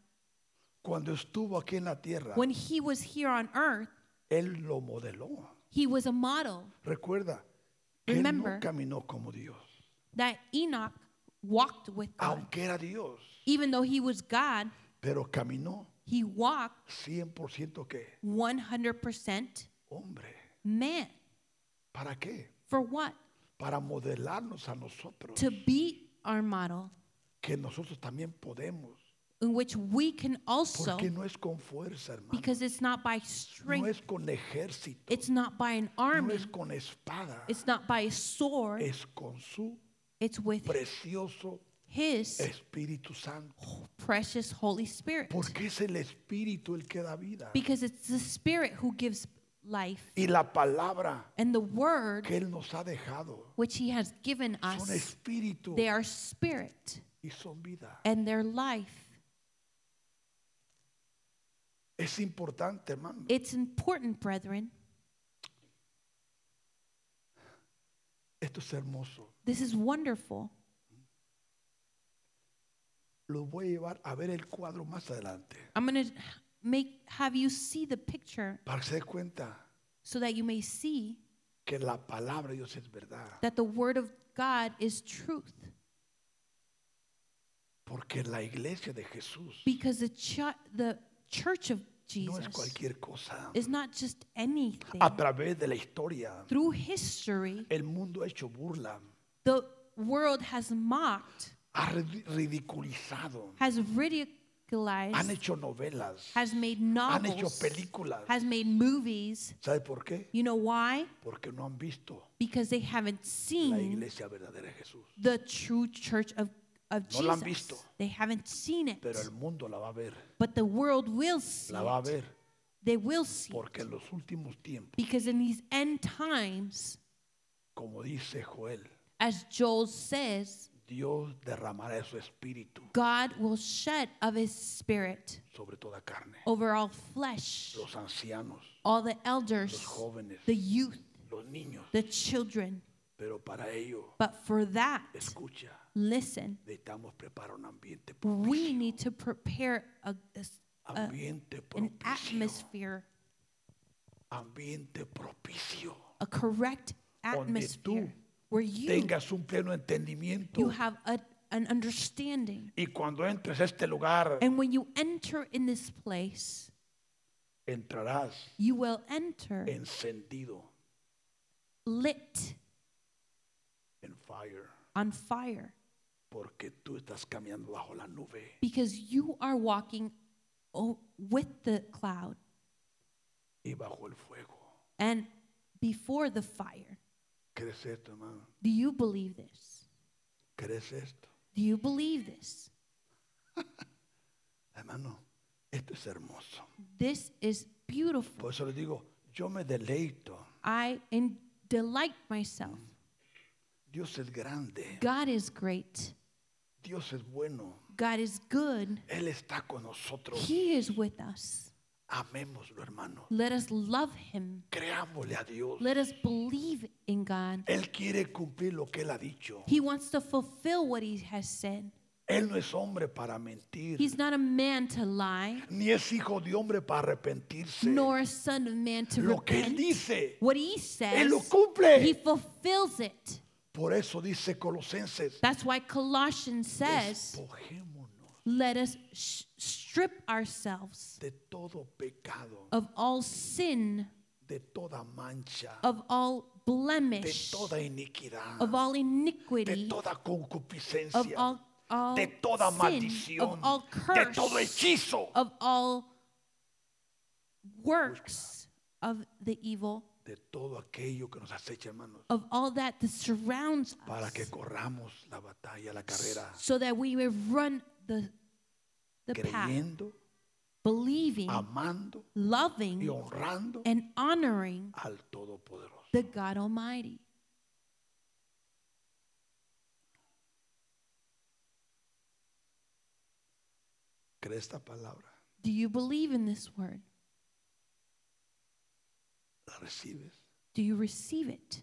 [SPEAKER 1] cuando estuvo aquí en la tierra,
[SPEAKER 2] when he was here on earth
[SPEAKER 1] Él lo modeló.
[SPEAKER 2] he was a model
[SPEAKER 1] Recuerda que Él no
[SPEAKER 2] Remember.
[SPEAKER 1] caminó como Dios,
[SPEAKER 2] that enoch walked with god
[SPEAKER 1] aunque era Dios,
[SPEAKER 2] even though he was god
[SPEAKER 1] pero caminó
[SPEAKER 2] he walked
[SPEAKER 1] 100% que
[SPEAKER 2] 100%
[SPEAKER 1] hombre.
[SPEAKER 2] man
[SPEAKER 1] ¿Para qué?
[SPEAKER 2] for what
[SPEAKER 1] Para modelarnos a nosotros,
[SPEAKER 2] to be our model
[SPEAKER 1] que nosotros también podemos,
[SPEAKER 2] in which we can also
[SPEAKER 1] porque no es con fuerza, hermano,
[SPEAKER 2] because it's not by
[SPEAKER 1] no
[SPEAKER 2] strength
[SPEAKER 1] es con ejército,
[SPEAKER 2] it's not by an
[SPEAKER 1] no
[SPEAKER 2] army
[SPEAKER 1] es con espada,
[SPEAKER 2] it's not by a sword
[SPEAKER 1] es con su
[SPEAKER 2] it's with
[SPEAKER 1] precioso
[SPEAKER 2] his
[SPEAKER 1] Espíritu Santo,
[SPEAKER 2] precious holy spirit
[SPEAKER 1] porque es el Espíritu el que da vida
[SPEAKER 2] because it's the spirit who gives life
[SPEAKER 1] y la palabra
[SPEAKER 2] and the word
[SPEAKER 1] que Él nos ha dejado
[SPEAKER 2] which he has given
[SPEAKER 1] son
[SPEAKER 2] us
[SPEAKER 1] espíritu
[SPEAKER 2] they are spirit
[SPEAKER 1] y son vida.
[SPEAKER 2] and their life
[SPEAKER 1] Es importante, hermano.
[SPEAKER 2] it's important brethren
[SPEAKER 1] Esto es hermoso.
[SPEAKER 2] this is wonderful
[SPEAKER 1] Lo voy a llevar a ver el cuadro más adelante
[SPEAKER 2] i'm going to make have you see the picture
[SPEAKER 1] para que se dé cuenta
[SPEAKER 2] so that you may see
[SPEAKER 1] que la palabra de Dios es verdad,
[SPEAKER 2] that the word of god is truth
[SPEAKER 1] porque la iglesia de Jesús
[SPEAKER 2] Because the, chu- the church of
[SPEAKER 1] no
[SPEAKER 2] Jesus
[SPEAKER 1] es cualquier cosa.
[SPEAKER 2] is not just anything.
[SPEAKER 1] A través de la historia,
[SPEAKER 2] Through history,
[SPEAKER 1] el mundo ha hecho burla,
[SPEAKER 2] the world has mocked,
[SPEAKER 1] ha ri- ridiculizado,
[SPEAKER 2] has
[SPEAKER 1] han
[SPEAKER 2] ridiculized,
[SPEAKER 1] hecho novelas,
[SPEAKER 2] has made
[SPEAKER 1] han hecho
[SPEAKER 2] novels,
[SPEAKER 1] películas.
[SPEAKER 2] has made movies.
[SPEAKER 1] ¿Sabe por qué?
[SPEAKER 2] You know why?
[SPEAKER 1] Porque no han visto
[SPEAKER 2] Because they haven't
[SPEAKER 1] la
[SPEAKER 2] seen
[SPEAKER 1] iglesia verdadera de Jesús,
[SPEAKER 2] the true church of, of
[SPEAKER 1] No la han
[SPEAKER 2] Jesus.
[SPEAKER 1] visto.
[SPEAKER 2] They haven't seen it.
[SPEAKER 1] pero el mundo la va a ver,
[SPEAKER 2] But the world will see
[SPEAKER 1] la va a
[SPEAKER 2] it.
[SPEAKER 1] ver,
[SPEAKER 2] They will see
[SPEAKER 1] porque
[SPEAKER 2] it.
[SPEAKER 1] en los últimos tiempos,
[SPEAKER 2] Because in these end times,
[SPEAKER 1] como dice Joel,
[SPEAKER 2] as Joel says,
[SPEAKER 1] Dios derramará su espíritu
[SPEAKER 2] God will shed of his spirit
[SPEAKER 1] sobre toda carne.
[SPEAKER 2] over all flesh,
[SPEAKER 1] Los ancianos,
[SPEAKER 2] all the
[SPEAKER 1] los
[SPEAKER 2] elders,
[SPEAKER 1] jóvenes,
[SPEAKER 2] the youth,
[SPEAKER 1] los niños,
[SPEAKER 2] the children.
[SPEAKER 1] pero para ello,
[SPEAKER 2] But for that,
[SPEAKER 1] escucha,
[SPEAKER 2] listen,
[SPEAKER 1] necesitamos preparar un ambiente
[SPEAKER 2] we
[SPEAKER 1] propicio,
[SPEAKER 2] need to prepare a, a-
[SPEAKER 1] ambiente
[SPEAKER 2] an
[SPEAKER 1] propicio,
[SPEAKER 2] atmosphere,
[SPEAKER 1] ambiente propicio.
[SPEAKER 2] a correct
[SPEAKER 1] tú
[SPEAKER 2] atmosphere where you,
[SPEAKER 1] Tengas un pleno entendimiento
[SPEAKER 2] you have a, an understanding.
[SPEAKER 1] y cuando entres a este lugar,
[SPEAKER 2] And when you enter in this place,
[SPEAKER 1] entrarás
[SPEAKER 2] you will enter
[SPEAKER 1] encendido
[SPEAKER 2] lit
[SPEAKER 1] en fire,
[SPEAKER 2] on fire
[SPEAKER 1] porque tú estás caminando bajo la nube.
[SPEAKER 2] because you are walking o- with the cloud
[SPEAKER 1] y bajo el fuego.
[SPEAKER 2] and before the fire.
[SPEAKER 1] ¿Crees esto, hermano?
[SPEAKER 2] Do you believe this?
[SPEAKER 1] ¿Crees esto?
[SPEAKER 2] Do you believe this?
[SPEAKER 1] Hermano, esto es hermoso.
[SPEAKER 2] This is beautiful.
[SPEAKER 1] Por eso les digo, yo me deleito.
[SPEAKER 2] I in delight myself.
[SPEAKER 1] Dios es grande.
[SPEAKER 2] God is great.
[SPEAKER 1] Dios es bueno.
[SPEAKER 2] God is good.
[SPEAKER 1] Él está con nosotros.
[SPEAKER 2] He is with us.
[SPEAKER 1] Amémoslo, hermano.
[SPEAKER 2] Let us love him.
[SPEAKER 1] Creámosle a Dios.
[SPEAKER 2] Let us believe in God.
[SPEAKER 1] Él quiere cumplir lo que Él ha dicho.
[SPEAKER 2] He wants to fulfill what he has said.
[SPEAKER 1] Él no es hombre para mentir,
[SPEAKER 2] He's not a man to lie,
[SPEAKER 1] ni es hijo de hombre para arrepentirse.
[SPEAKER 2] nor a son of man to
[SPEAKER 1] Lo que Él
[SPEAKER 2] repent.
[SPEAKER 1] dice,
[SPEAKER 2] What he says,
[SPEAKER 1] Él lo cumple.
[SPEAKER 2] he fulfills it.
[SPEAKER 1] Por eso dice Colosenses,
[SPEAKER 2] That's why Colossians says,
[SPEAKER 1] despojémonos
[SPEAKER 2] let us sh- strip ourselves
[SPEAKER 1] de todo pecado.
[SPEAKER 2] of all sin
[SPEAKER 1] de toda mancha,
[SPEAKER 2] of all
[SPEAKER 1] de
[SPEAKER 2] blemish,
[SPEAKER 1] toda iniquidad,
[SPEAKER 2] of all
[SPEAKER 1] de
[SPEAKER 2] iniquity,
[SPEAKER 1] toda
[SPEAKER 2] of
[SPEAKER 1] concupiscencia,
[SPEAKER 2] all, all
[SPEAKER 1] de toda
[SPEAKER 2] sin, of
[SPEAKER 1] maldición,
[SPEAKER 2] all
[SPEAKER 1] de
[SPEAKER 2] curse,
[SPEAKER 1] todo hechizo,
[SPEAKER 2] of all works of the evil,
[SPEAKER 1] de todo aquello que nos acecha, hermanos,
[SPEAKER 2] of all that that surrounds
[SPEAKER 1] para que
[SPEAKER 2] us,
[SPEAKER 1] corramos la batalla, la carrera,
[SPEAKER 2] so that we may run the, the path,
[SPEAKER 1] creyendo,
[SPEAKER 2] believing,
[SPEAKER 1] amando y
[SPEAKER 2] loving,
[SPEAKER 1] honrando
[SPEAKER 2] and honoring
[SPEAKER 1] al Todopoderoso.
[SPEAKER 2] the God Almighty.
[SPEAKER 1] ¿Cree esta palabra?
[SPEAKER 2] Do you believe in this word?
[SPEAKER 1] ¿La recibes?
[SPEAKER 2] Do you receive it?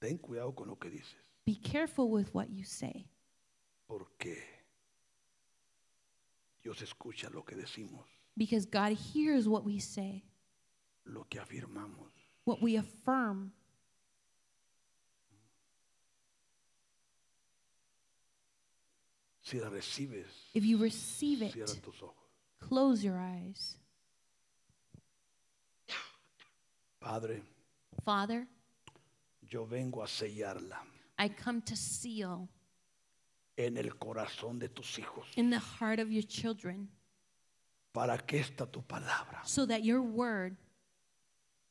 [SPEAKER 1] Ten cuidado con lo que dices,
[SPEAKER 2] Be careful with what you say
[SPEAKER 1] porque Dios escucha lo que decimos,
[SPEAKER 2] because God hears what we say,
[SPEAKER 1] lo que afirmamos.
[SPEAKER 2] what we affirm.
[SPEAKER 1] Si la recibes,
[SPEAKER 2] If you receive
[SPEAKER 1] cierra
[SPEAKER 2] it,
[SPEAKER 1] tus ojos.
[SPEAKER 2] close your eyes.
[SPEAKER 1] Padre,
[SPEAKER 2] Father,
[SPEAKER 1] yo vengo a sellarla
[SPEAKER 2] I come to seal
[SPEAKER 1] en el corazón de tus hijos
[SPEAKER 2] in the heart of your children
[SPEAKER 1] para que esta tu palabra
[SPEAKER 2] so that your word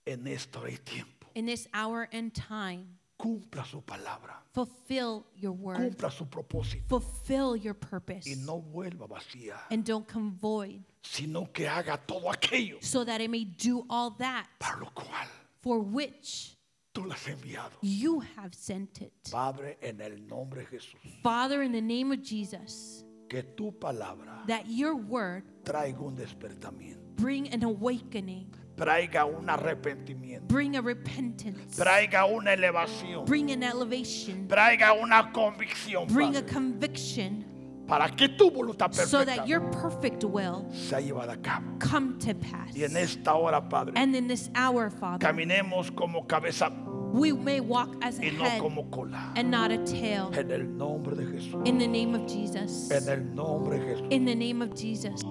[SPEAKER 1] en este hora y tiempo
[SPEAKER 2] in this hour and time
[SPEAKER 1] cumpla su palabra,
[SPEAKER 2] fulfill your word,
[SPEAKER 1] cumpla su propósito
[SPEAKER 2] fulfill your purpose,
[SPEAKER 1] y no vuelva vacía,
[SPEAKER 2] and don't come void
[SPEAKER 1] sino que haga todo aquello
[SPEAKER 2] so that it may do all that
[SPEAKER 1] para lo cual
[SPEAKER 2] for which
[SPEAKER 1] tú la has enviado.
[SPEAKER 2] you have sent it.
[SPEAKER 1] Padre, en el nombre de Jesús,
[SPEAKER 2] Father, in the name of Jesus,
[SPEAKER 1] que tu palabra
[SPEAKER 2] that your word
[SPEAKER 1] traiga un despertamiento,
[SPEAKER 2] bring an awakening,
[SPEAKER 1] traiga un arrepentimiento,
[SPEAKER 2] bring a repentance,
[SPEAKER 1] traiga una elevación,
[SPEAKER 2] bring an elevation,
[SPEAKER 1] traiga una convicción.
[SPEAKER 2] bring a
[SPEAKER 1] Padre.
[SPEAKER 2] conviction
[SPEAKER 1] para que tu voluntad
[SPEAKER 2] so
[SPEAKER 1] perfecta
[SPEAKER 2] that your perfect will
[SPEAKER 1] sea llevada a cabo.
[SPEAKER 2] come to pass.
[SPEAKER 1] Y en esta hora, Padre,
[SPEAKER 2] And in this hour, Father,
[SPEAKER 1] caminemos como cabeza
[SPEAKER 2] we may walk as a
[SPEAKER 1] y no
[SPEAKER 2] head
[SPEAKER 1] como cola.
[SPEAKER 2] and not a tail.
[SPEAKER 1] En el nombre de Jesús.
[SPEAKER 2] In the name of Jesus.
[SPEAKER 1] En el nombre de Jesús.
[SPEAKER 2] In the name of Jesus.